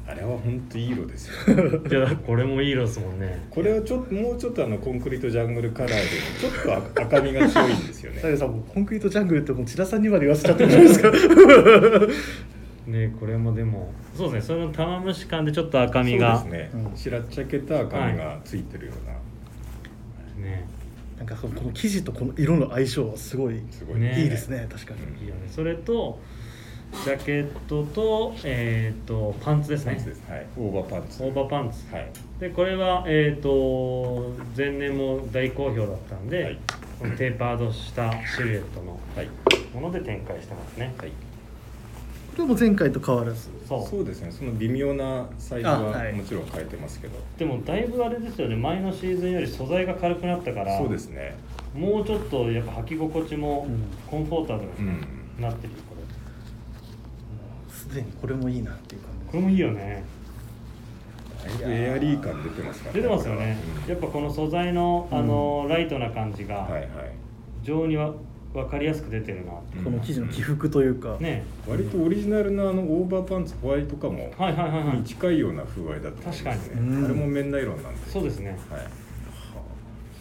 Speaker 3: あれは本当いい色ですよね
Speaker 1: いいやこれもいい色ですもんね
Speaker 3: これはちょっともうちょっとあのコンクリートジャングルカラーでちょっと赤赤みが強いんですよね
Speaker 2: 大悟さんもコンクリートジャングルってもう千田さんにまで言わせちゃってるじゃないですか
Speaker 1: (laughs) ねこれもでもそうですねそれの玉虫感でちょっと (laughs) 赤みが
Speaker 3: そうですね、
Speaker 2: うん
Speaker 3: しらっちゃけた赤みがついてるような、
Speaker 1: ね
Speaker 2: なんかこのこの生地とこの色の相性はすごいい
Speaker 3: すごい
Speaker 1: ね
Speaker 2: いですね確かに
Speaker 3: うん
Speaker 1: いいよねそれとジャケットとえっ、とパンツです
Speaker 3: パン
Speaker 1: ね
Speaker 3: ツですはいオーバーパンツ
Speaker 1: オーバーパンツ
Speaker 3: はい
Speaker 1: でこれはえっ、と前年も大好評だったんで、
Speaker 3: はい
Speaker 1: このテーパードしたシルエットの
Speaker 3: はい
Speaker 1: もので展開してますね
Speaker 3: はい
Speaker 2: これも前回と変わらず
Speaker 1: そう
Speaker 3: そうですねその微妙なサイズ
Speaker 2: あは
Speaker 3: はいもちろん変えてますけど、
Speaker 1: でもだいぶあれですよね前のシーズンより素材が軽くなったから
Speaker 3: そうですね
Speaker 1: もうちょっとやっぱ履き心地も
Speaker 2: うん
Speaker 1: コンフォータブル
Speaker 3: う
Speaker 1: に
Speaker 3: ん
Speaker 1: なってるよこれ
Speaker 2: すでにこれもいいなっていう感じ
Speaker 1: これもいいよね
Speaker 3: だいぶエアリー感出てますから
Speaker 1: 出てますよね
Speaker 3: うん
Speaker 1: やっぱこの素材のあのライトな感じ
Speaker 3: はい
Speaker 1: が
Speaker 3: はい
Speaker 1: 非常にわ分かりやすく出てるなって
Speaker 3: うん
Speaker 2: この生地の起伏というか、
Speaker 1: ね
Speaker 3: 割とオリジナルのあのオーバーパンツホワイトかも
Speaker 1: はいはいはいはい
Speaker 3: に近いような風合いだったんですね
Speaker 1: 確か
Speaker 2: にうん
Speaker 3: あれも面ナイロンなんで
Speaker 1: そうですね
Speaker 3: はい、は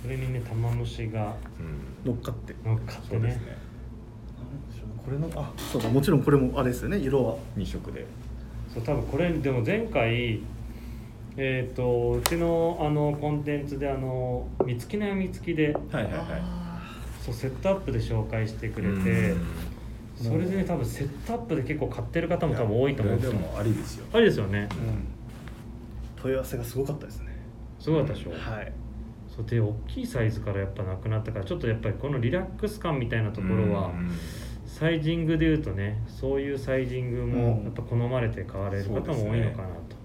Speaker 1: それにね玉虫が
Speaker 3: あうん、
Speaker 2: 乗っかって
Speaker 1: 乗っかって
Speaker 3: そうです
Speaker 1: ね
Speaker 3: ね
Speaker 2: これのあそうだもちろんこれもあれですよね色は
Speaker 3: 二色で
Speaker 1: そう多分これでも前回えっ、とうちのあのコンテンツであの「みつきなよみつきで」
Speaker 3: はいはいはい
Speaker 2: あ
Speaker 1: そうセットアップで紹介してくれて
Speaker 3: うん
Speaker 1: それでね多分セットアップで結構買ってる方も多分多いと思うんです
Speaker 3: い
Speaker 1: よ
Speaker 3: やこれでもありですよ
Speaker 1: あれですよね
Speaker 2: ーうん問い合わせがすごかったですね
Speaker 1: すごかったでしょ、
Speaker 2: はい
Speaker 1: そうで大きいサイズからやっぱなくなったからちょっとやっぱりこのリラックス感みたいなところは
Speaker 3: うん
Speaker 1: サイジングでいうとねそういうサイジングも
Speaker 2: うん
Speaker 1: やっぱ好まれて買われる方も多いのかなと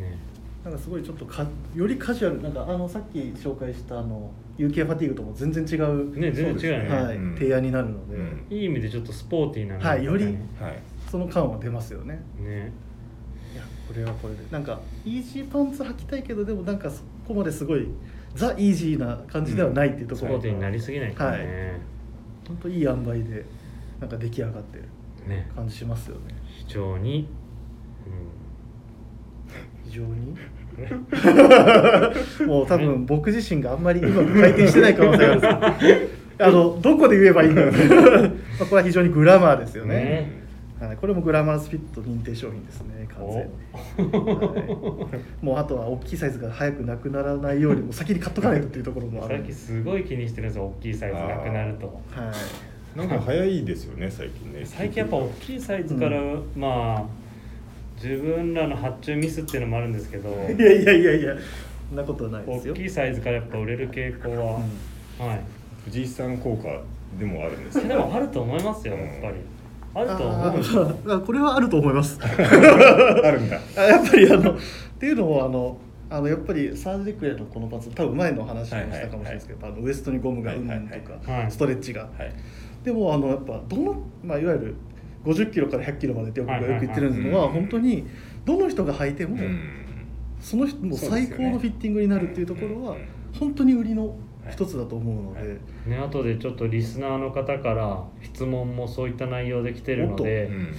Speaker 1: ね
Speaker 2: なんかすごいちょっとかよりカジュアルなんかあのさっき紹介したあの UK ファティーグとも全然違う、
Speaker 1: ね全然違うよね
Speaker 2: はい
Speaker 3: うん
Speaker 2: 提案になるので、
Speaker 3: うん
Speaker 1: いい意味でちょっとスポーティーなのが
Speaker 2: はいより
Speaker 1: ね
Speaker 3: はい
Speaker 2: その感は出ますよね
Speaker 1: ね
Speaker 2: いやこれはこれでなんかイージーパンツ履きたいけどでもなんかそこまですごいザ・イージーな感じではないっていうと
Speaker 1: ス
Speaker 2: こ
Speaker 1: ポ
Speaker 2: ろ
Speaker 1: ーティーになりすぎないからね、
Speaker 2: 本当いい塩梅でなんか出来上がってる
Speaker 1: ね
Speaker 2: 感じしますよね
Speaker 1: 非常に、
Speaker 2: 非常に
Speaker 1: うん
Speaker 2: (laughs) もう多分僕自身があんまりうまく回転してない可能性があるんですよ (laughs) あのどこで言えばいいんだろう (laughs) まあこれは非常にグラマーですよね
Speaker 1: ね
Speaker 2: はい、これもグラマースフィット認定商品ですね完全にはい、もうあとは大きいサイズが早くなくならないようにもう先に買っとかないとっていうところもあ
Speaker 1: 最
Speaker 2: るんで
Speaker 1: 近
Speaker 2: す、
Speaker 1: すごい気にしてるんですよ大きいサイズなくなると
Speaker 2: はい、
Speaker 3: なんか早いですよね最近ね
Speaker 1: 最近やっぱ大きいサイズから、まあ自分らの発注ミスっていうのもあるんですけど
Speaker 2: いやいやいやいやそんなことはないです
Speaker 1: 大
Speaker 2: よ
Speaker 1: きいサイズからやっぱ売れる傾向は、はい
Speaker 3: 藤井さん効果でもあるんです
Speaker 1: (laughs) それ
Speaker 3: け
Speaker 1: で
Speaker 3: ど
Speaker 1: もあると思いますよ
Speaker 3: うん
Speaker 1: やっぱりあ
Speaker 2: あ
Speaker 1: ると思うんですよ
Speaker 2: ーこれはあると思います
Speaker 3: (laughs) あるんだ
Speaker 2: あやっぱりあのっていうのもあのあのやっぱりサージデクレのこのパーツ多分前の話もしたかもしれないですけど、あのウエストにゴムがうんぬんと
Speaker 3: はい
Speaker 1: はいは
Speaker 2: か
Speaker 1: い
Speaker 2: ストレッチが、
Speaker 3: はい
Speaker 2: でもあのやっぱどの、まあ、いわゆる50キロから100キロまでって僕が
Speaker 1: はいはい
Speaker 2: よ
Speaker 1: は
Speaker 2: く
Speaker 1: い
Speaker 2: 言ってるのは,、
Speaker 3: うん
Speaker 2: 本当にどの人が履いて
Speaker 3: う
Speaker 2: も、
Speaker 3: ん
Speaker 2: その人の
Speaker 3: そうで
Speaker 2: 最
Speaker 3: すよね
Speaker 2: 高のフィッティングになるっていうところは、
Speaker 3: うんうん
Speaker 2: 本当に売りの一つだと思うので、
Speaker 3: はいはい
Speaker 1: ね後でちょっとリスナーの方から質問もそういった内容で来てるの
Speaker 3: う
Speaker 1: で、
Speaker 3: ん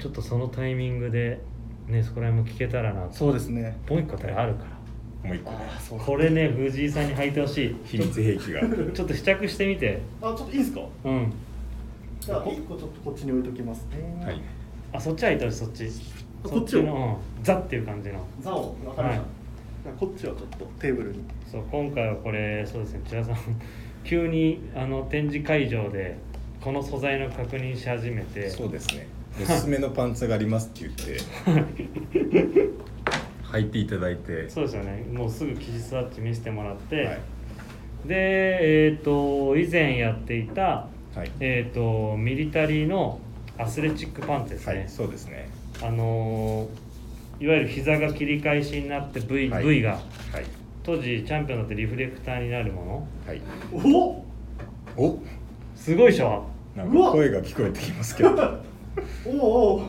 Speaker 1: ちょっとそのタイミングでねそこら辺も聞けたらなと
Speaker 2: そうですね
Speaker 1: もう一個答えあるから
Speaker 3: もう一個ね
Speaker 2: あそう
Speaker 1: これね藤井さんに履いてほしい
Speaker 3: 秘密兵
Speaker 1: (laughs)
Speaker 3: 器が
Speaker 1: ちょっと試着してみて
Speaker 2: あちょっといいですか
Speaker 1: うん
Speaker 2: じゃあ1個ちょっとこっちに置いときますね、
Speaker 3: はい
Speaker 1: あそっちはいてほしいそっち
Speaker 2: あこっちを
Speaker 1: そのうんザっていう感じの
Speaker 2: 座を分かり
Speaker 1: は
Speaker 2: ました、
Speaker 1: い
Speaker 2: じゃあこっちはちょっとテーブルに
Speaker 1: そう今回はこれそうですね千田さん (laughs) 急にあの展示会場でこの素材の確認し始めて
Speaker 2: (laughs)
Speaker 3: そうですねおすすめのパンツがありますって
Speaker 2: (laughs)
Speaker 3: 言って履いていただいて
Speaker 1: そうですよねもうすぐ記事スワッチ見せてもらって、
Speaker 3: はい
Speaker 1: でえっ、と以前やっていた
Speaker 3: はい、
Speaker 1: えっ、とミリタリーのアスレチックパンツです
Speaker 3: は
Speaker 1: ね、
Speaker 3: い、そうですね
Speaker 1: あのーいわゆる膝が切り返しになって V,、
Speaker 3: はい
Speaker 1: v が
Speaker 3: はい
Speaker 1: 当時チャンピオンだってリフレクターになるもの
Speaker 3: はい
Speaker 2: お
Speaker 3: お
Speaker 1: すごいでしょ
Speaker 3: なん
Speaker 2: うわ
Speaker 3: か声が聞こえてきますけど
Speaker 2: おおおお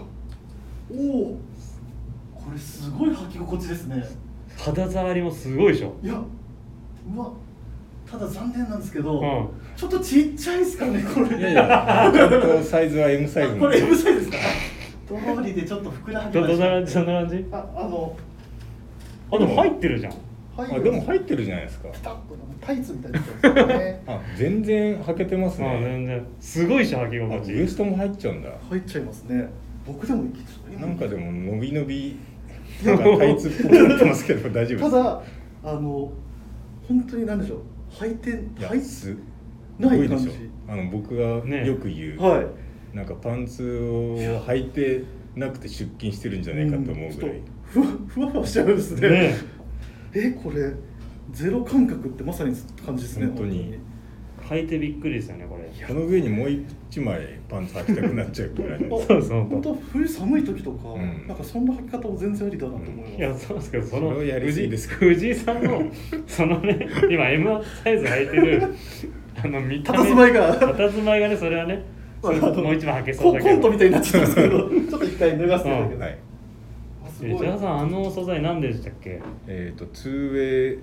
Speaker 2: これすごい履き心地ですね
Speaker 1: 肌触りもすごいでしょ
Speaker 2: いやうわただ残念なんですけど、
Speaker 1: うん
Speaker 2: ちょっとちっちゃいですかねこれ
Speaker 3: いやいやちゃんとサイズは M サイズ
Speaker 2: あ
Speaker 3: な
Speaker 2: (laughs) こ
Speaker 3: ん
Speaker 2: れ
Speaker 3: で
Speaker 2: M サイズですか通りでちょっとふくらはぎ
Speaker 1: ど
Speaker 2: が
Speaker 1: どんな感じどんな感じ
Speaker 2: ああの
Speaker 1: あでも入ってるじゃん
Speaker 3: あでも入ってるじゃないですか
Speaker 2: ピタッとなんかタイツみたいなやつですよ
Speaker 3: (laughs)
Speaker 2: ね
Speaker 3: あ全然履けてます
Speaker 1: あ
Speaker 3: ね
Speaker 1: 全然すごいでしょ履き心
Speaker 3: あウエ
Speaker 1: 地
Speaker 3: ストも入っちゃうんだ
Speaker 2: 入っちゃいますね僕でもいけちゃう
Speaker 3: なんかでも伸び伸びなんかタイツっぽくなってますけど大丈夫です
Speaker 2: ただあの本当に何でしょう履いて
Speaker 3: いや
Speaker 2: 履い
Speaker 3: す
Speaker 2: ない
Speaker 3: ごいでしょ
Speaker 2: 感じ
Speaker 3: あの僕が
Speaker 1: ね
Speaker 3: よく言う、
Speaker 2: はい
Speaker 3: なんかパンツを履いてなくて出勤してるんじゃないかと思うぐらい、
Speaker 2: んちょっとふわ (laughs) ふわふわしちゃうんですね
Speaker 1: ね
Speaker 2: えこれゼロ感覚ってまさに感じですね
Speaker 3: 本当に
Speaker 1: 履いてびっくりですよねこれ
Speaker 3: この上にもう一枚パンツ履きたくなっちゃうぐらいの
Speaker 1: そうですそう
Speaker 2: 本
Speaker 1: です
Speaker 2: 当冬寒い時とか、
Speaker 3: うん
Speaker 2: なんかそんな履き方も全然ありだなと思い
Speaker 1: い
Speaker 2: ま
Speaker 1: や
Speaker 2: す、
Speaker 1: そうですけどその
Speaker 3: それをやりすぎです
Speaker 1: 藤井藤井さんの (laughs) そのね今 M サイズ履いてるあの見た目
Speaker 2: 佇まいが
Speaker 1: 佇まいがねそれはねそれ
Speaker 2: あの
Speaker 1: もう一枚履け
Speaker 2: コ
Speaker 1: そうだけ
Speaker 2: コ
Speaker 1: ど
Speaker 2: ントみたいになっちゃった
Speaker 1: (laughs)
Speaker 2: んですけどちょっと一回脱がせていただけ
Speaker 3: は
Speaker 2: ない
Speaker 3: い、
Speaker 2: あす
Speaker 1: え
Speaker 2: ご
Speaker 1: ジ
Speaker 2: い
Speaker 1: ャガさんあの素材何でしたっけ
Speaker 3: えっ、と 2way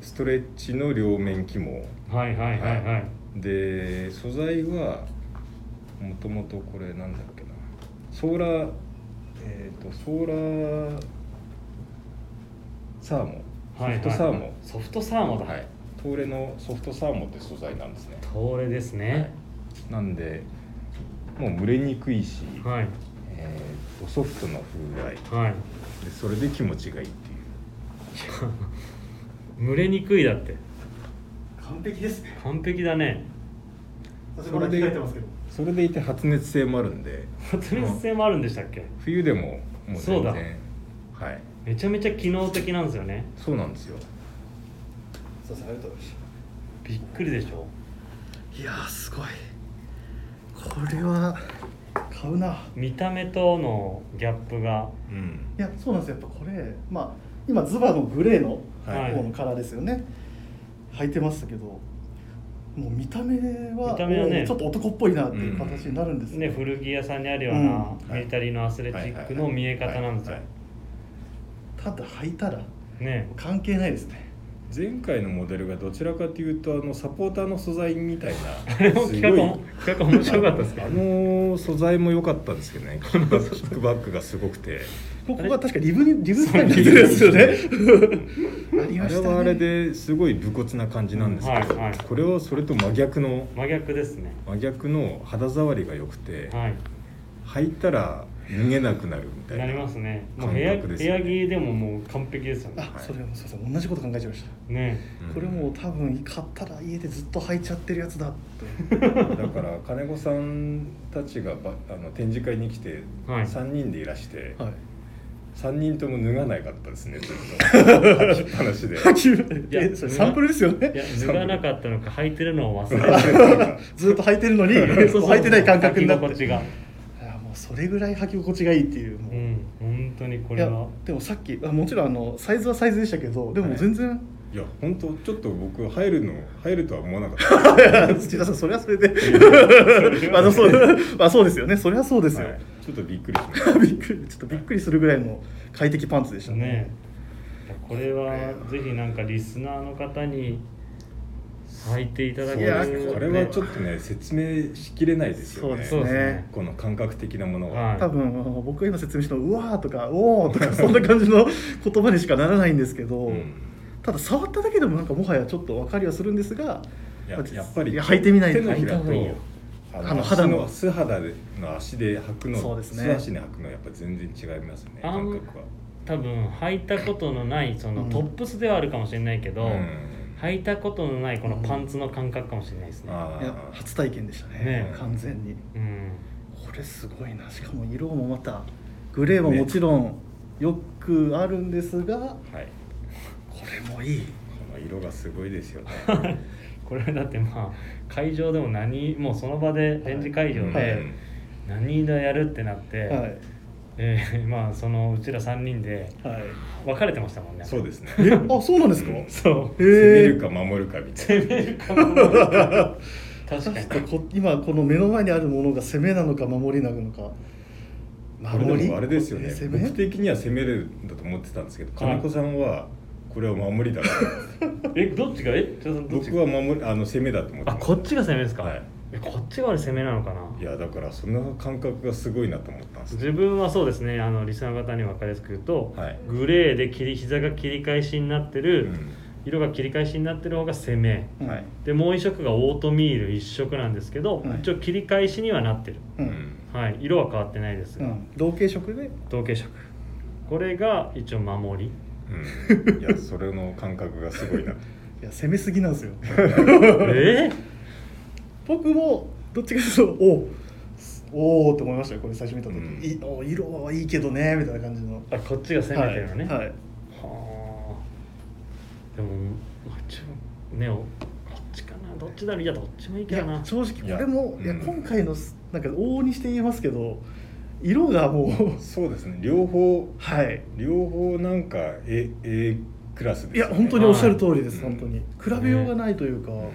Speaker 3: ストレッチの両面起毛
Speaker 1: はいはいはいはい、
Speaker 3: で素材はもともとこれなんだっけなソーラーえっ、とソーラーサーモソ
Speaker 1: はいはい
Speaker 3: フトサーモ、
Speaker 1: ソフトサーモだ、
Speaker 3: はい、東レのソフトサーモンって素材なんですね
Speaker 1: 東レですね
Speaker 3: なんでもう蒸れにくいし、
Speaker 1: はい
Speaker 3: えーとソフトな風合い
Speaker 1: はい、
Speaker 3: でそれで気持ちがいいっていう
Speaker 1: 蒸れにくいだって
Speaker 2: 完璧ですね
Speaker 1: 完璧だね
Speaker 2: 私これ着替えてますけど
Speaker 3: それでいて発熱性もあるんで
Speaker 1: 発熱性もあるんでしたっけ
Speaker 3: 冬でももう
Speaker 1: そ
Speaker 3: 全
Speaker 1: うだ
Speaker 3: 然はい
Speaker 1: めちゃめちゃ機能的なんですよね
Speaker 3: そうなんですよ
Speaker 2: そうですねありがとうございま
Speaker 1: びっくりでしょ
Speaker 2: すいやーすごいこれは買うな
Speaker 1: 見た目とのギャップが
Speaker 3: うん
Speaker 2: いやそうなんですよやっぱこれまあ今ズバのグレーの
Speaker 1: はい
Speaker 2: 方のカラーですよね、履いてましたけどもう見た目は
Speaker 1: 見た目はね
Speaker 2: もうちょっと男っぽいなっていう形になるんです
Speaker 1: ね
Speaker 2: ね、
Speaker 1: 古着屋さんにあるような
Speaker 3: うん
Speaker 1: ミリタリーのアスレチックの見え方なんですよ
Speaker 3: はい
Speaker 2: ただ履いたら
Speaker 1: ね
Speaker 2: 関係ないですね
Speaker 3: 前回のモデルがどちらかというとあのサポーターの素材みたいな
Speaker 1: あれも企画も企画面白かったですけ
Speaker 3: あ
Speaker 1: ど
Speaker 3: の素材も良かったんですけどねキックバックキックバックがすごくて
Speaker 2: ここは確かリブにリブスタイルになってるんですよね (laughs) あり
Speaker 3: あ
Speaker 2: ま
Speaker 3: れ
Speaker 2: したね
Speaker 3: はあれですごい武骨な感じなんですけど、
Speaker 1: うんはいはい
Speaker 3: これはそれと真逆の
Speaker 1: 真逆ですね
Speaker 3: 真逆の肌触りが良くて、
Speaker 1: はい
Speaker 3: 履いたら脱げなくなるみたいな
Speaker 1: なりますねもう部屋,、
Speaker 3: 感覚です
Speaker 1: 部
Speaker 3: よ
Speaker 1: 屋
Speaker 3: ね
Speaker 1: 着でももう完璧ですよね
Speaker 2: あそれもそうそう同じこと考えちゃいました、
Speaker 1: ね
Speaker 3: うん
Speaker 2: これもう多分買ったら家でずっと履いちゃってるやつだって
Speaker 3: だから金子さんたちがばあの展示会に来て
Speaker 1: はい
Speaker 3: 3人でいらして、
Speaker 2: (laughs) はい
Speaker 3: 三3人とも脱がないかっ
Speaker 1: (laughs)
Speaker 3: たですねずっと履きっぱなしで
Speaker 2: 履き
Speaker 1: いや
Speaker 2: えそれサンプルですよね
Speaker 1: いや脱がなかったのか履いてるのを忘れ
Speaker 2: ずっと履いてるのに (laughs)
Speaker 1: て (laughs) そうそう
Speaker 2: 履いてない感覚になっ
Speaker 1: (laughs) 履き心地
Speaker 2: て
Speaker 1: が
Speaker 2: いやもうそれぐらい履き心地がいいっていうもう
Speaker 1: う
Speaker 2: い
Speaker 1: ん本当にこれ
Speaker 2: や
Speaker 1: は
Speaker 2: でもさっきあもちろんあのサイズはサイズでしたけどでも全然、
Speaker 3: いや本当ちょっと僕入るの入るとは思わなかっ
Speaker 2: 土田さんそれはそれで (laughs) まあそうまあそうですよねそれはそうで
Speaker 3: た、
Speaker 2: すよ、
Speaker 3: はいちょっとびっくりしま
Speaker 2: (laughs)
Speaker 3: し
Speaker 2: びっくりちょっとびっくりするぐらいの快適パンツでしたね
Speaker 1: ねこれはぜひなんかリスナーの方に履いていただ
Speaker 3: た
Speaker 1: け
Speaker 2: いや
Speaker 1: る
Speaker 3: これはちょっとね説明しきれないですよね
Speaker 1: そうですね
Speaker 3: この感覚的なものは、
Speaker 1: はい
Speaker 2: 多分あの僕が今説明したのうわーとかおーとかそ (laughs) んな感じの言葉にしかならないんですけど、
Speaker 3: うん
Speaker 2: ただ触っただけでもなんかもはやちょっと分かりはするんですが
Speaker 3: いややっぱり
Speaker 2: いや履いてみない
Speaker 3: 手
Speaker 2: と
Speaker 3: のひ
Speaker 1: 履いた
Speaker 3: ら
Speaker 1: 方がいいよ
Speaker 3: と
Speaker 2: あ
Speaker 3: あ
Speaker 2: の
Speaker 3: の
Speaker 2: 肌
Speaker 3: 肌
Speaker 2: の
Speaker 3: の素肌での足で履くの
Speaker 2: そうですね
Speaker 3: 素足で履くのはやっぱ全然違いますね
Speaker 1: あん
Speaker 3: 感覚は
Speaker 1: 多分履いたことのないその
Speaker 2: うん
Speaker 1: トップスではあるかもしれないけど、
Speaker 3: うん
Speaker 1: 履いたことのないこのパンツの感覚かもしれないですね。
Speaker 3: あ
Speaker 2: いや
Speaker 3: ー
Speaker 2: 初体験でしたね
Speaker 1: ね
Speaker 2: 完全に
Speaker 1: うん、
Speaker 2: これすごいなしかも色もまたグレーももちろんよくあるんですが、
Speaker 3: はい
Speaker 2: これもいい
Speaker 3: この色がすごいですよね
Speaker 1: これだってまあ会場でも何もうその場で展示会場
Speaker 2: はい
Speaker 1: で何色やるってなって、
Speaker 2: はい
Speaker 1: えー (laughs) まあそのうちら3人で
Speaker 2: はい
Speaker 1: 分かれてましたもんね
Speaker 3: そうですね
Speaker 2: え (laughs) あそうなんですか
Speaker 3: うん
Speaker 1: そう
Speaker 2: えー
Speaker 3: 攻めるか守るかみたいな
Speaker 1: 確かに
Speaker 2: ちょっとこ今この目の前にあるものが攻めなのか守りなのか
Speaker 3: これでもあれですよね
Speaker 2: 攻め
Speaker 3: 僕的には攻めるんだと思ってたんですけど金子さんはこれは守りだと思ってます
Speaker 1: えどっちがえちょっと
Speaker 2: (laughs)
Speaker 1: どっち
Speaker 3: 僕
Speaker 1: が
Speaker 3: は守りあの攻めだと思って
Speaker 1: あ
Speaker 3: ます
Speaker 1: こっちが攻めですか、
Speaker 3: はい
Speaker 1: えこっちがあれ攻めなのかない
Speaker 3: やだからその感覚がすごいなと思ったんですよ
Speaker 1: 自分はそうですねあのリスナーの方に分かりやすく言うと、
Speaker 3: はい
Speaker 1: グレーで切り膝が切り返しになってる、
Speaker 3: う
Speaker 1: 色が切り返しになってる方が攻め
Speaker 2: うん
Speaker 3: はい
Speaker 1: でもう一色がオートミール一色なんですけど、
Speaker 2: はい
Speaker 1: 一応切り返しにはなってる、
Speaker 2: うんん、
Speaker 1: はい、色は変わってないです
Speaker 2: う
Speaker 1: が、
Speaker 2: ん、同系色で
Speaker 1: 同系色これが一応
Speaker 2: (laughs)
Speaker 1: 守り
Speaker 3: うんいやそれの感覚がすごいなと
Speaker 2: いや攻めすぎなんですよ
Speaker 1: え
Speaker 2: (laughs)
Speaker 1: ー
Speaker 2: 僕もどっちかというとおうおおって思いましたよこれ最初見た時、
Speaker 3: うん
Speaker 2: いお色はいいけどねみたいな感じの
Speaker 1: あこっちが攻めてるのね、
Speaker 2: はいはい
Speaker 1: はあでもまあ一応ねおこっちかなどっちだろういやどっちもいい
Speaker 2: い
Speaker 1: けど
Speaker 2: や
Speaker 1: な
Speaker 2: 正直これもい
Speaker 3: い
Speaker 2: や
Speaker 3: やうん
Speaker 2: 今回のすなんか往々にして言えますけど色がもう (laughs)
Speaker 3: そうですね両方
Speaker 2: はい
Speaker 3: 両方なんか A, A クラス
Speaker 2: い
Speaker 3: です
Speaker 2: や
Speaker 3: よね
Speaker 2: 本当におっしゃる通りです、
Speaker 3: はい
Speaker 2: 本当に比べようがないというか、まあ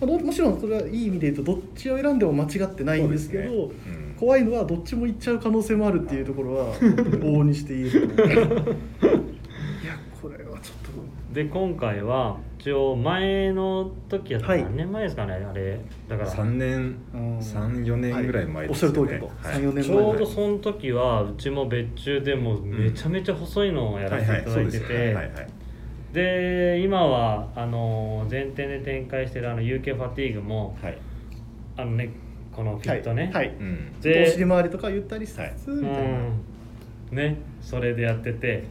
Speaker 2: どもちろんそれはいい意味で言うとどっちを選んでも間違ってないんですけ
Speaker 3: そ
Speaker 2: ど
Speaker 3: うですねうん
Speaker 2: 怖いのはどっちも行っちゃう可能性もあるっていうところは
Speaker 3: (laughs)
Speaker 2: 往々にして言えると思ういやこれはちょっと
Speaker 1: で今回は一応前の時やった
Speaker 2: はい
Speaker 1: 何年前ですかね、あれだから
Speaker 3: 3年
Speaker 2: うん
Speaker 3: 34年ぐらい前
Speaker 2: おっ
Speaker 3: で
Speaker 2: し
Speaker 3: す
Speaker 2: ゃる
Speaker 3: よ
Speaker 2: 通
Speaker 3: ね
Speaker 2: りだと、34年前
Speaker 1: ちょうどその時はうちも別注でもうめちゃめちゃ細いのをやらせていただいて
Speaker 3: はいはいそうですねはい
Speaker 1: て
Speaker 3: はい
Speaker 1: で今はあの前提で展開してるあの UK ファティーグも
Speaker 3: はい
Speaker 1: あのねこのフィットね、
Speaker 2: はい、はい
Speaker 3: うん
Speaker 1: で
Speaker 2: お尻回りとかゆったりしつつ、
Speaker 3: はい
Speaker 2: みたいな、
Speaker 1: うん、ねそれでやってて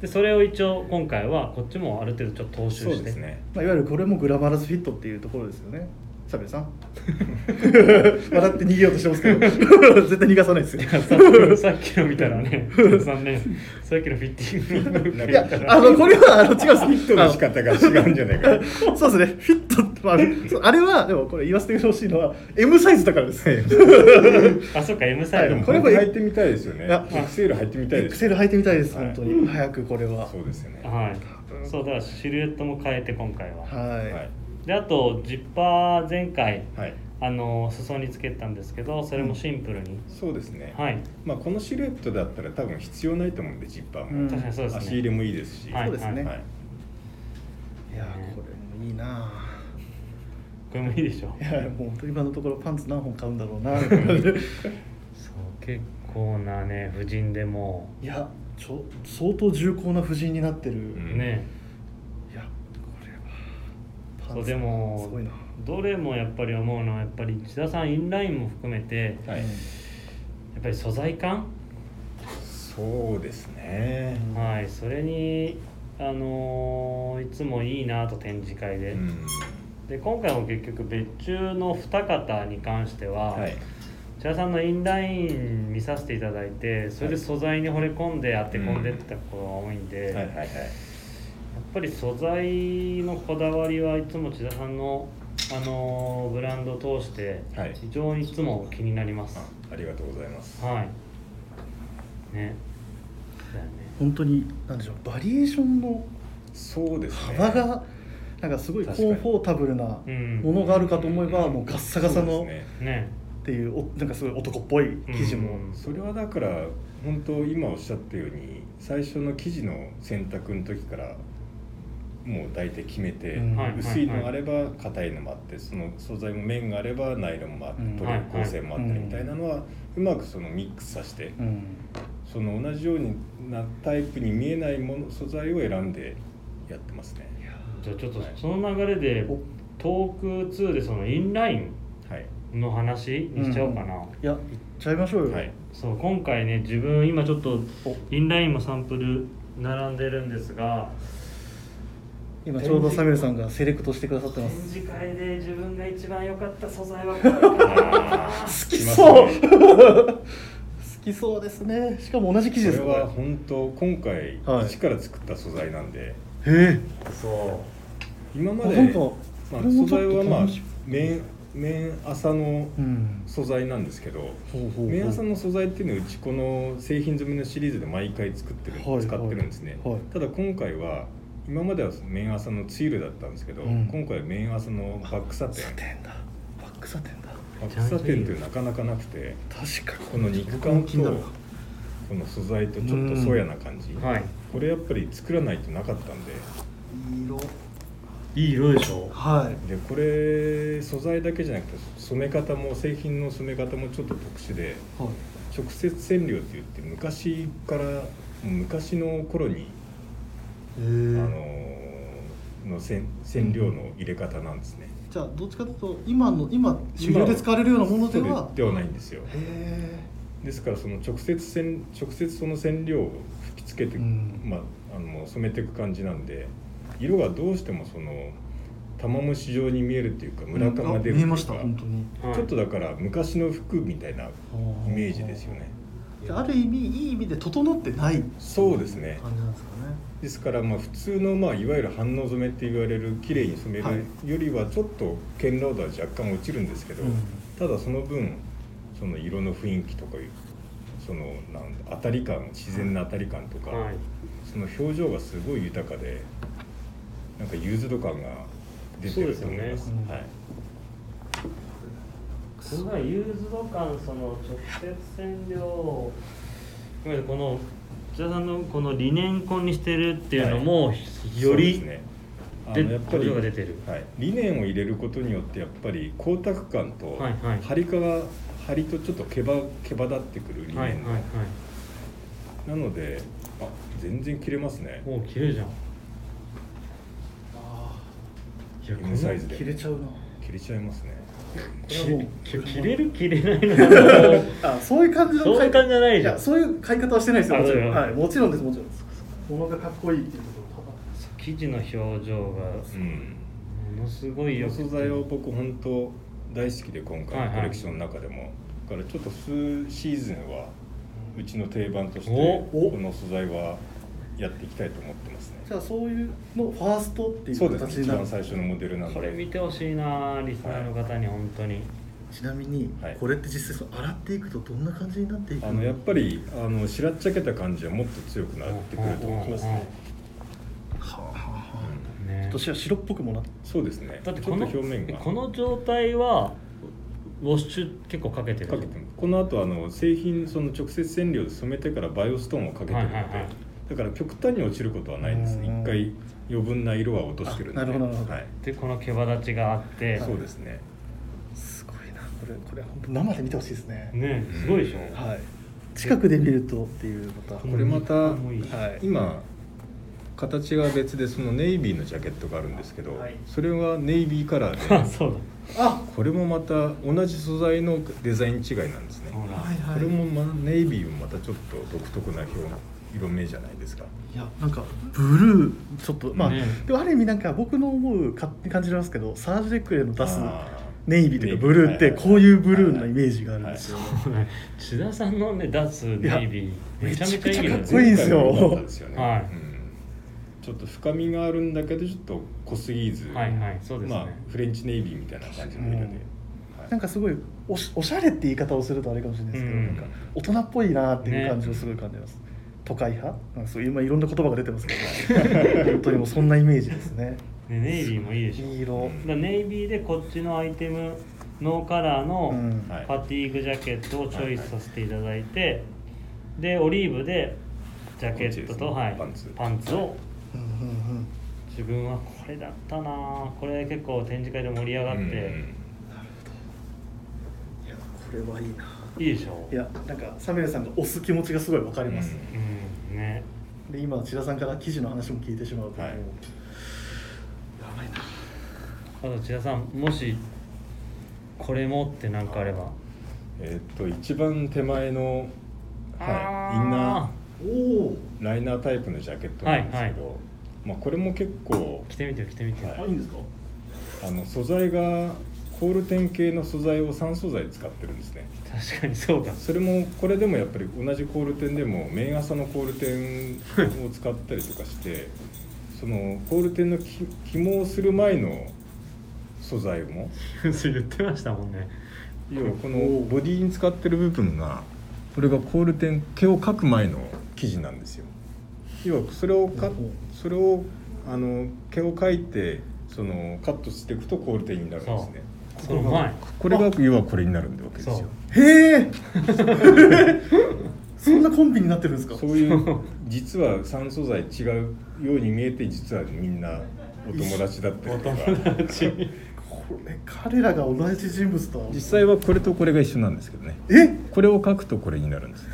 Speaker 1: でそれを一応今回はこっちもある程度ちょっと踏襲して
Speaker 3: そうですね
Speaker 2: まあ、いわゆるこれもグラマラスフィットっていうところですよねサベさ
Speaker 3: (laughs)
Speaker 2: ん笑って逃げようとしてますけど絶対逃がさないですよ
Speaker 1: さ
Speaker 3: (laughs)
Speaker 1: っきさっきの見たらねさんねさっきのフィッティング
Speaker 2: いやあのこれはあの違うんです
Speaker 3: 人の仕 (laughs) 方が違うんじゃないかな
Speaker 2: あのそうですねフィットって、まあそう、あれはでもこれ言わせてほしいのは M サイズだからですね
Speaker 1: あそっか M サイ
Speaker 3: で
Speaker 1: ズ
Speaker 3: も
Speaker 2: こ
Speaker 3: こ
Speaker 2: れ
Speaker 3: れ
Speaker 2: も
Speaker 3: も履いてみたいですよね
Speaker 2: いや
Speaker 3: エクセール履いてみたい
Speaker 2: エ (laughs)
Speaker 3: で
Speaker 2: ク
Speaker 3: す
Speaker 2: セ
Speaker 3: よ
Speaker 2: ル
Speaker 3: ね
Speaker 2: 履いてみたいです
Speaker 3: はい
Speaker 2: 本当に早くこれは
Speaker 3: そうですよね
Speaker 1: はいそうだからシルエットも変えて今回は、
Speaker 2: はい、
Speaker 3: はい
Speaker 1: であとジッパー前回
Speaker 3: はい
Speaker 1: あの裾につけたんですけどそれもシンプルに、
Speaker 3: そうですね
Speaker 1: はい
Speaker 3: まあこのシルエットだったら多分必要ないと思うんでジッパーも
Speaker 2: うん
Speaker 1: 確かにそうですね
Speaker 3: 足入れもいいですし
Speaker 1: はい
Speaker 2: そうですね、
Speaker 3: はい
Speaker 2: い、やこれもいいなあ
Speaker 1: これもいいでしょ
Speaker 2: いやもう本当に今のところパンツ何本買うんだろうな
Speaker 3: (laughs)
Speaker 1: そう結構なね婦人でも
Speaker 2: いやちょ相当重厚な布陣になってる、
Speaker 3: ん
Speaker 1: ね、
Speaker 2: いやこれはパン
Speaker 1: そう
Speaker 2: ツ
Speaker 1: でも
Speaker 2: すごいな
Speaker 1: どれもやっぱり思うのはやっぱり千田さんインラインも含めてや
Speaker 3: はい
Speaker 1: っぱり素材感、
Speaker 3: そうですね
Speaker 1: はいそれにあのーいつもいいなと展示会で、
Speaker 3: うん
Speaker 1: で今回も結局別注の二方に関しては、
Speaker 3: はい
Speaker 1: 千田さんのインライン見させていただいてそれで素材に惚れ込んで当て込んでったことが多いんで、
Speaker 3: はいはい
Speaker 1: やっ
Speaker 3: はい
Speaker 1: ぱり素材のこだわりはいつも千田さんのあのーブランドを通して
Speaker 3: はい
Speaker 1: 非常にいつも気になります、
Speaker 3: あありがとうございます
Speaker 1: はい。ね。だよね。
Speaker 2: 本当に何でしょうバリエーションの
Speaker 3: そうですね
Speaker 2: 幅がなんかすごいコンフォータブルな
Speaker 1: うん
Speaker 2: ものがあるかと思えばもうガッサガサ
Speaker 3: そ
Speaker 2: の
Speaker 3: うですね
Speaker 1: ね。
Speaker 2: っていうおなんかすごい男っぽい生地も、
Speaker 1: うん
Speaker 3: それはだから本当今おっしゃったように最初の生地の選択の時からもう大体決めて、
Speaker 2: うん
Speaker 1: はい
Speaker 3: 薄いのがあ
Speaker 1: はい
Speaker 3: れば硬いのもあってその素材も面があればナイロンもあって
Speaker 2: うん
Speaker 3: トリッ
Speaker 1: はい
Speaker 3: ク構成もあった
Speaker 2: はい
Speaker 3: りみたいなのはうまくそのミックスさせて
Speaker 2: うん
Speaker 3: その同じようなタイプに見えないもの素材を選んでやってますね。
Speaker 1: じゃあちょっと
Speaker 3: はい
Speaker 1: その流れで、
Speaker 2: お
Speaker 1: トーク2でそのインライン
Speaker 3: はい
Speaker 1: の話にしちゃおうかな。
Speaker 2: いや行っちゃいましょうよ、
Speaker 3: はい
Speaker 1: そう今回ね自分今ちょっと
Speaker 2: お
Speaker 1: インラインもサンプル並んでるんですが
Speaker 2: 今ちょうどサミュエルさんがセレクトしてくださってま
Speaker 1: 展
Speaker 2: す
Speaker 1: 示会で自分が一番良かった素材はこれかな
Speaker 2: 好き
Speaker 3: 来
Speaker 2: そう
Speaker 3: ます
Speaker 2: (laughs)
Speaker 3: ね
Speaker 2: 好きそうですねしかも同じ生地で
Speaker 3: こ
Speaker 2: す
Speaker 3: れ
Speaker 2: これ
Speaker 3: は本当今回
Speaker 2: はい
Speaker 3: 一から作った素材なんで
Speaker 2: へえ
Speaker 3: そう今まで
Speaker 2: なんか
Speaker 3: まあ
Speaker 2: これも
Speaker 3: 素
Speaker 2: ちょっ
Speaker 3: 材
Speaker 2: と
Speaker 3: はまあ
Speaker 2: 楽し
Speaker 3: 綿綿麻の
Speaker 2: うん
Speaker 3: 素材なんですけど
Speaker 2: ほうほうほう
Speaker 3: 綿麻の素材っていうのはうちこの製品染めのシリーズで毎回作ってる、
Speaker 2: はいはい
Speaker 3: 使ってるんですね、
Speaker 2: はい
Speaker 3: ただ今回は今までは綿麻のツイルだったんですけど、
Speaker 2: うん
Speaker 3: 今回は綿麻のバックサテン
Speaker 2: サテンだバックサテンだ
Speaker 3: バックサテンってなかなかなくて
Speaker 2: 確か
Speaker 3: この肉感
Speaker 2: 気にな
Speaker 3: と
Speaker 2: る
Speaker 3: この素材とちょっとそやな感じ、
Speaker 1: はい
Speaker 3: これやっぱり作らないとなかったんで
Speaker 2: 色
Speaker 1: いい色でしょ
Speaker 2: はい
Speaker 3: でこれ素材だけじゃなくて染め方も製品の染め方もちょっと特殊で
Speaker 2: はい
Speaker 3: 直接染料って言って昔から昔の頃に、
Speaker 2: へ
Speaker 3: あの
Speaker 2: え
Speaker 3: の染染料の入れ方なんですね。
Speaker 2: じゃあどっちかというと今の今主流で使われるようなものでは
Speaker 3: そうではないんですよ
Speaker 2: へえ
Speaker 3: ですからその直接染直接その染料を吹きつけて、
Speaker 2: うん
Speaker 3: まあ、あの染めていく感じなんで色がどうしてもその玉虫状に見えるっていうか村感が出る
Speaker 2: 見
Speaker 3: ってい
Speaker 2: え
Speaker 3: うか
Speaker 2: ました本当に
Speaker 3: ちょっとだから昔の服みたいなイメージですよね
Speaker 2: じゃあある意味いい意味で整ってない
Speaker 3: そうですね
Speaker 2: 感じなんですかね
Speaker 3: ですからまあ普通のまあいわゆる反応染めって言われる綺麗に染め
Speaker 2: はい
Speaker 3: るよりはちょっと堅牢度は若干落ちるんですけど、
Speaker 2: うん
Speaker 3: ただその分その色の雰囲気とかいうそのなんだ当たり感自然な当たり感とか、
Speaker 1: はい
Speaker 3: その表情がすごい豊かでなんか融通度感が出てると思います
Speaker 1: そうですよ
Speaker 2: ねうん
Speaker 3: はい、
Speaker 1: すごいユーズド感その直接染料いわゆるこの土田さんのこのリネンコンにしてるっていうのも、よ
Speaker 3: そう
Speaker 1: り、
Speaker 3: ですねあ
Speaker 1: で
Speaker 3: のやっぱ
Speaker 1: 表
Speaker 3: り
Speaker 1: 情が出てる
Speaker 3: はい、理念を入れることによってやっぱり光沢感と
Speaker 1: はいはい
Speaker 3: 張りかが張りとちょっと毛羽毛羽立ってくる理念が、
Speaker 1: はいはいはい
Speaker 3: なのであ全然切れますね
Speaker 1: おお綺麗じゃん
Speaker 2: あ
Speaker 1: いやこ
Speaker 3: M サイ
Speaker 1: の
Speaker 3: ズ
Speaker 2: あ
Speaker 3: で
Speaker 2: 切れちゃうな
Speaker 3: 切れちゃいますね
Speaker 1: き切れる切れないのがもう
Speaker 2: あそういう感じの
Speaker 1: そういう感じじゃないじゃん
Speaker 2: やそういう買い方はしてないですよ
Speaker 1: あ
Speaker 2: もちろん
Speaker 1: そうよ
Speaker 2: はいもちろんですもちろんです物がかっこいいっていうことを
Speaker 1: 生地の表情が
Speaker 3: うん
Speaker 1: ものすごいよ
Speaker 3: お
Speaker 1: くて
Speaker 3: 素材を僕本当大好きで今
Speaker 1: はい
Speaker 3: 回
Speaker 1: はい
Speaker 3: のコレクションの中でも、だからちょっと数シーズンはうちの定番として
Speaker 1: おお
Speaker 3: この素材はやっていきたいと思ってますね
Speaker 2: じゃあそういうのファーストってい
Speaker 3: そう
Speaker 2: う
Speaker 3: です
Speaker 2: 形
Speaker 3: ね
Speaker 2: に
Speaker 3: 一
Speaker 2: なる
Speaker 3: 番最初のモデルなんで
Speaker 1: これ見てほしいなリスナーの方に本当に、
Speaker 2: ちなみに
Speaker 3: はい
Speaker 2: これって実際その洗っていくとどんな感じになっていく
Speaker 3: あのやっぱりあのしらっちゃけた感じはもっと強くなってくると思いますね。
Speaker 2: はあはあはあ
Speaker 1: ね
Speaker 2: 今年は白っぽくもなって
Speaker 3: そうですね。
Speaker 1: だって
Speaker 3: ちょ
Speaker 1: こ
Speaker 3: っと
Speaker 1: の
Speaker 3: 表面が
Speaker 1: この状態はウォッシュ結構かけてる
Speaker 3: かけてもこの後あの製品その直接染料で染めてからバイオストーンをかけてるので、
Speaker 1: はいはいはい
Speaker 3: だから極端に落ちることはないんです。
Speaker 2: う
Speaker 3: 一
Speaker 2: ん
Speaker 3: 回余分な色は落としてるんで。
Speaker 2: あなるほどなるほど
Speaker 3: はい。
Speaker 1: でこの毛羽立ちがあって
Speaker 3: そうですね。
Speaker 2: すごいなこれこれ本当生で見てほしいですね
Speaker 1: ねすごいでしょ、
Speaker 2: はい近くで見るとっていうまた
Speaker 1: こ
Speaker 3: これまた
Speaker 1: もういい
Speaker 2: はい
Speaker 3: 今形が別でそのネイビーのジャケットがあるんですけど、
Speaker 2: はい
Speaker 3: それはネイビーカラ
Speaker 1: あ
Speaker 3: ー
Speaker 1: (laughs)
Speaker 3: で。
Speaker 1: そう
Speaker 2: あ
Speaker 3: これもまた同じ素材のデザイン違いなんですね。
Speaker 1: だほら、
Speaker 2: はいはい
Speaker 3: これも、ま、ネイビーもまたちょっと独特な表色目じゃないですか
Speaker 2: いやなんかブルーちょっとまあ、
Speaker 1: ね
Speaker 2: でもある意味なんか僕の思う勝手に感じられますけどサージュ・レクレの出す
Speaker 3: あー
Speaker 2: ネイビーというかブルーっ
Speaker 3: は
Speaker 2: て
Speaker 3: いはい
Speaker 2: こういうブルーなイメージがあるんですよ、
Speaker 1: そうね千田さんのね出すネイビーめちゃめちゃいいよ
Speaker 2: めちゃくちゃかっこ
Speaker 1: ね
Speaker 2: いいんですよ
Speaker 3: 前回も良かったですよね
Speaker 1: はい
Speaker 3: うんちょっと深みがあるんだけどちょっと濃すぎず、
Speaker 1: はいはいそうですね
Speaker 3: まあ、フレンチネイビーみたいな感じの色で、
Speaker 2: うん
Speaker 3: はい
Speaker 2: なんかすごいおしおしゃれって言い方をするとあれかもしれないですけど、
Speaker 1: うん
Speaker 2: なんか大人っぽいなっていう感じをすごい感じます、都会派なんかそういう今いろんな言葉が出てますけど (laughs) 本当にもうそんなイメージですね
Speaker 1: ねネイビーもいいでしょ
Speaker 2: 黄色、
Speaker 3: うん
Speaker 1: だからネイビーでこっちのアイテムノーカラーの
Speaker 2: うん
Speaker 3: はい
Speaker 1: パティーグジャケットをチョイスさせていただいて、でオリーブでジャケットと、
Speaker 3: こっちですね
Speaker 1: はい、
Speaker 3: パンツ
Speaker 1: を
Speaker 2: うんうんうん
Speaker 1: 自分はこれだったなぁこれ結構展示会で盛り上がって、
Speaker 3: うん
Speaker 2: いやこれはいいない
Speaker 1: いでしょ
Speaker 2: いやなんかサミュエルさんが押す気持ちがすごいわかります、
Speaker 3: うん
Speaker 1: うんね
Speaker 2: で今千田さんから記事の話も聞いてしまうと、
Speaker 3: はい
Speaker 2: もうやばいな
Speaker 1: あと千田さんもしこれもってなんかあれば
Speaker 3: えーっと一番手前の、
Speaker 1: あ
Speaker 3: は
Speaker 1: ー
Speaker 3: い、インナー
Speaker 2: おお
Speaker 3: ライナータイプのジャケットなんですけど、
Speaker 1: はいは
Speaker 3: まあ、これも結構
Speaker 1: 着てみてよ着てみてよ、
Speaker 3: は
Speaker 4: あいいんですか
Speaker 3: あの素材がコールテン系の素材を3素材使ってるんですね
Speaker 1: 確か (laughs) にそうだ
Speaker 3: それもこれでもやっぱり同じコールテンでも綿朝のコールテンを使ったりとかしてそのコールテンのき起毛する前の素材も
Speaker 1: それ言ってましたもんね
Speaker 3: 要はこのボディに使ってる部分がこれがコールテン毛を描く前の生地なんですよ要はそれをかそれをあの毛を描いてそのカットしていくとコールテンになるんですね
Speaker 1: その前
Speaker 3: これが要はこれになるんでわけです
Speaker 1: そ
Speaker 3: よ
Speaker 1: う
Speaker 2: へえ (laughs) そんなコンビになってるんですか
Speaker 3: そう (laughs) いう実は三素材違うように見えて実はみんなお友達だったりとか
Speaker 2: これ彼らが同じ人物とは
Speaker 3: 実際はこれとこれが一緒なんですけどね
Speaker 2: え
Speaker 3: これを書くとこれになるんです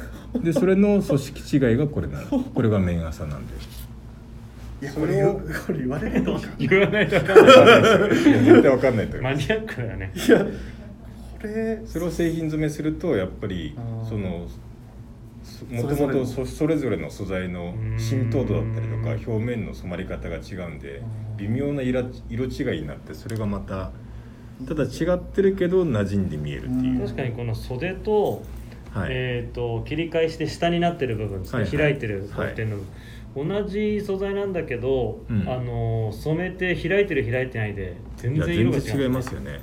Speaker 3: でそれの組織違いがこれなのこれが綿朝 (laughs) なんで
Speaker 2: いや
Speaker 3: そ
Speaker 2: こ
Speaker 3: れ
Speaker 2: れ
Speaker 3: を
Speaker 2: これ言われるとい
Speaker 1: 言わないとわかんない
Speaker 3: 絶対わかんないと思
Speaker 1: マ
Speaker 3: いま
Speaker 1: ニ
Speaker 3: す
Speaker 1: アックだよね
Speaker 2: やこれ
Speaker 3: それを製品詰めするとやっぱり
Speaker 2: あー
Speaker 3: そのそ
Speaker 2: そ
Speaker 3: も
Speaker 2: れ
Speaker 3: と
Speaker 2: ぞ
Speaker 3: も
Speaker 2: れ
Speaker 3: とそそれぞれの素材の浸透度だったりとか表面の染まり方が違うんで微妙な色色違いになってそれがまたただ違ってるけど馴染んで見えるっていう
Speaker 1: 確かにこの袖と,、
Speaker 3: はい
Speaker 1: えー、と切り返して下になってる部分ですね、
Speaker 3: はいはい
Speaker 1: 開いてる開いてるの、同じ素材なんだけど、
Speaker 3: うん
Speaker 1: あの染めて開いてる開いてないで全
Speaker 3: いや
Speaker 1: 然色
Speaker 3: 全
Speaker 1: が違う
Speaker 3: 然違いますよね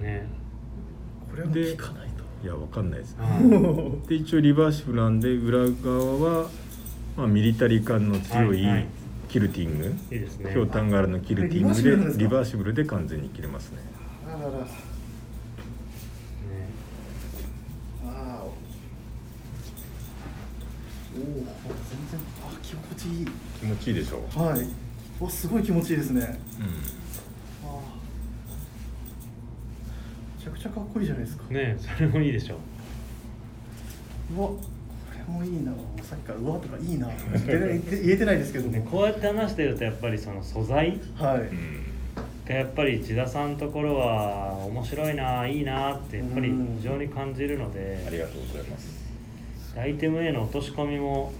Speaker 1: ね
Speaker 2: これはもう聞かないと
Speaker 3: いやわかんないですね (laughs)
Speaker 1: は
Speaker 3: で一応リバーシブルなんで裏側は、まあ、ミリタリー感の強い
Speaker 1: はいはい
Speaker 3: キルティング、
Speaker 1: いいいですね
Speaker 3: ひょうたん柄のキルティン
Speaker 2: これリバーシブルなんで
Speaker 3: グです
Speaker 2: か
Speaker 3: リバーシブルで完全に切れますね
Speaker 2: あらら
Speaker 1: ね
Speaker 2: あーおお全然あ気持ちいい
Speaker 3: 気持ちいいでしょう、
Speaker 2: はいおすごい気持ちいいですね
Speaker 3: う
Speaker 2: あーめちゃくちゃかっこいいじゃないですか
Speaker 1: ねそれもいいでしょ
Speaker 2: うわこれもいいなさっきから「うわ」とか「いいな」言ってない言えてないですけど
Speaker 1: で
Speaker 2: も
Speaker 1: こうやって話してるとやっぱりその素材
Speaker 2: はい、
Speaker 3: ん
Speaker 1: がやっぱり千田さんのところは面白いないいなってやっぱり非常に感じるので、
Speaker 3: ありがとうございます
Speaker 1: アイテムへの落とし込みも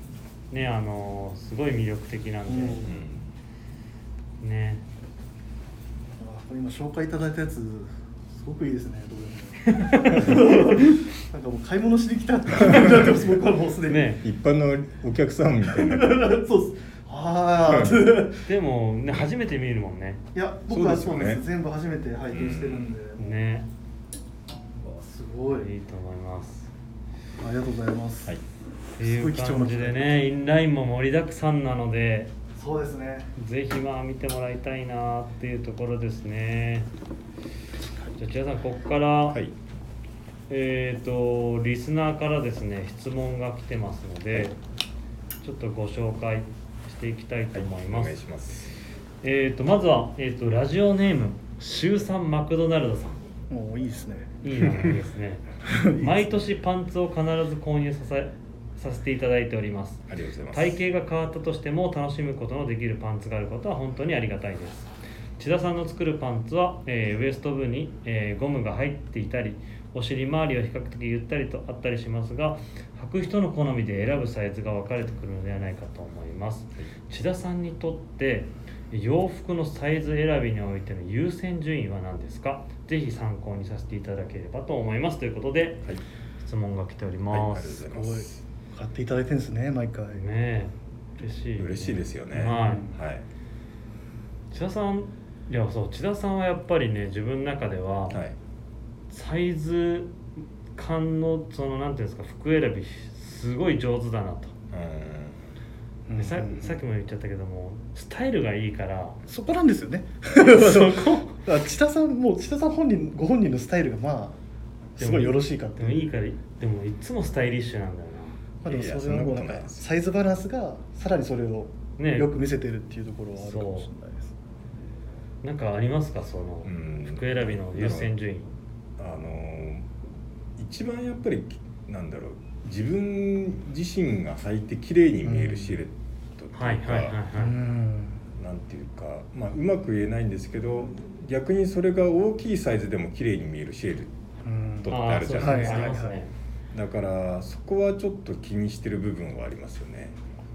Speaker 1: ねあのすごい魅力的なんで、
Speaker 2: うん
Speaker 1: ね
Speaker 2: あこれ今紹介いただいたやつすごくいいですねど
Speaker 1: (laughs)
Speaker 2: れもなんかもう買い物しに来たって感じになってます僕はもうすでに、
Speaker 1: ね
Speaker 3: 一般のお客さんみたいな
Speaker 2: (laughs) そうですああ
Speaker 1: でも、ね、初めて見るもんね
Speaker 2: いや僕は
Speaker 3: そ
Speaker 2: そうう
Speaker 3: ですよね
Speaker 2: です全部初めて拝見してるんで、
Speaker 1: ね
Speaker 2: わあすごい
Speaker 1: いいと思います
Speaker 2: ありがとうございます、
Speaker 3: はい
Speaker 1: っていう感じでねインラインも盛りだくさんなので
Speaker 2: そうですね
Speaker 1: ぜひまあ見てもらいたいなっていうところですねじゃあ千田さんここから、
Speaker 3: はい
Speaker 1: えっ、とリスナーからですね質問が来てますので、ちょっとご紹介していきたいと思い
Speaker 3: お
Speaker 1: ます、
Speaker 3: 願いします
Speaker 1: えー、とまずは、えー、とラジオネーム週3マクドナルドさん
Speaker 2: もういいですね
Speaker 1: (laughs) いい名前ですね毎年パンツを必ず購入させさせていただいております
Speaker 3: ありがとうござい
Speaker 1: 体
Speaker 3: ます
Speaker 1: 型が変わったとしても楽しむことのできるパンツがあることは本当にありがたいです千田さんの作るパンツは、えーウエスト部に、えーゴムが入っていたりお尻周りは比較的ゆったりとあったりしますが履く人の好みで選ぶサイズが分かれてくるのではないかと思います千田さんにとって洋服のサイズ選びにおいての優先順位は何ですかぜひ参考にさせていただければと思いますということで
Speaker 3: はい、
Speaker 1: 質問が来ており
Speaker 3: はい、ありがとう
Speaker 1: ま
Speaker 3: ござ
Speaker 1: す、
Speaker 3: い
Speaker 2: すご
Speaker 3: ま
Speaker 2: い
Speaker 3: す
Speaker 2: 買っていただいてるんですね毎回
Speaker 1: ねえ嬉しい
Speaker 3: 嬉しいですよね
Speaker 1: はい
Speaker 3: はい
Speaker 1: 千田さんいやそう千田さんはやっぱりね自分の中では、
Speaker 3: はい
Speaker 1: サイズ感のそのなんていうんですか服選びすごい上手だなと、
Speaker 2: うん
Speaker 1: でささっきも言っちゃったけどもスタイルがいいから
Speaker 2: そこなんですよね
Speaker 1: そこ
Speaker 2: (laughs) あ千田さんもう千田さん本人ご本人のスタイルがまあすごいよろしいかって
Speaker 1: でもいいからでもいつもスタイリッシュなんだよ
Speaker 2: まあ、でも
Speaker 3: いやいや
Speaker 2: それはもう
Speaker 3: そ
Speaker 2: なんん
Speaker 3: なことな
Speaker 2: か
Speaker 3: いです
Speaker 2: サイズバランスがさらにそれを
Speaker 1: ね
Speaker 2: よく見せてるっていうところはあるかもしれないです、
Speaker 1: ななんかありますかその、
Speaker 3: うん
Speaker 1: 服選びの優先順位
Speaker 3: あのー一番やっぱりなんだろう自分自身が履いて綺麗に見えるシルエットっていうか、
Speaker 1: はいはいはいは
Speaker 2: う
Speaker 1: い、
Speaker 2: ん
Speaker 3: なんていうか、まあ、うまく言えないんですけど逆にそれが大きいサイズでも綺麗に見えるシェール
Speaker 2: うん
Speaker 3: と
Speaker 1: あ
Speaker 3: あ
Speaker 1: あ
Speaker 3: る
Speaker 1: そ
Speaker 3: じ
Speaker 1: う
Speaker 3: ゃ
Speaker 1: です
Speaker 3: な
Speaker 1: ね
Speaker 3: い
Speaker 2: は
Speaker 3: で
Speaker 2: い
Speaker 3: す
Speaker 1: あ
Speaker 3: か、
Speaker 1: りますね
Speaker 3: だからそこはちょっと気にしてる部分はありますよね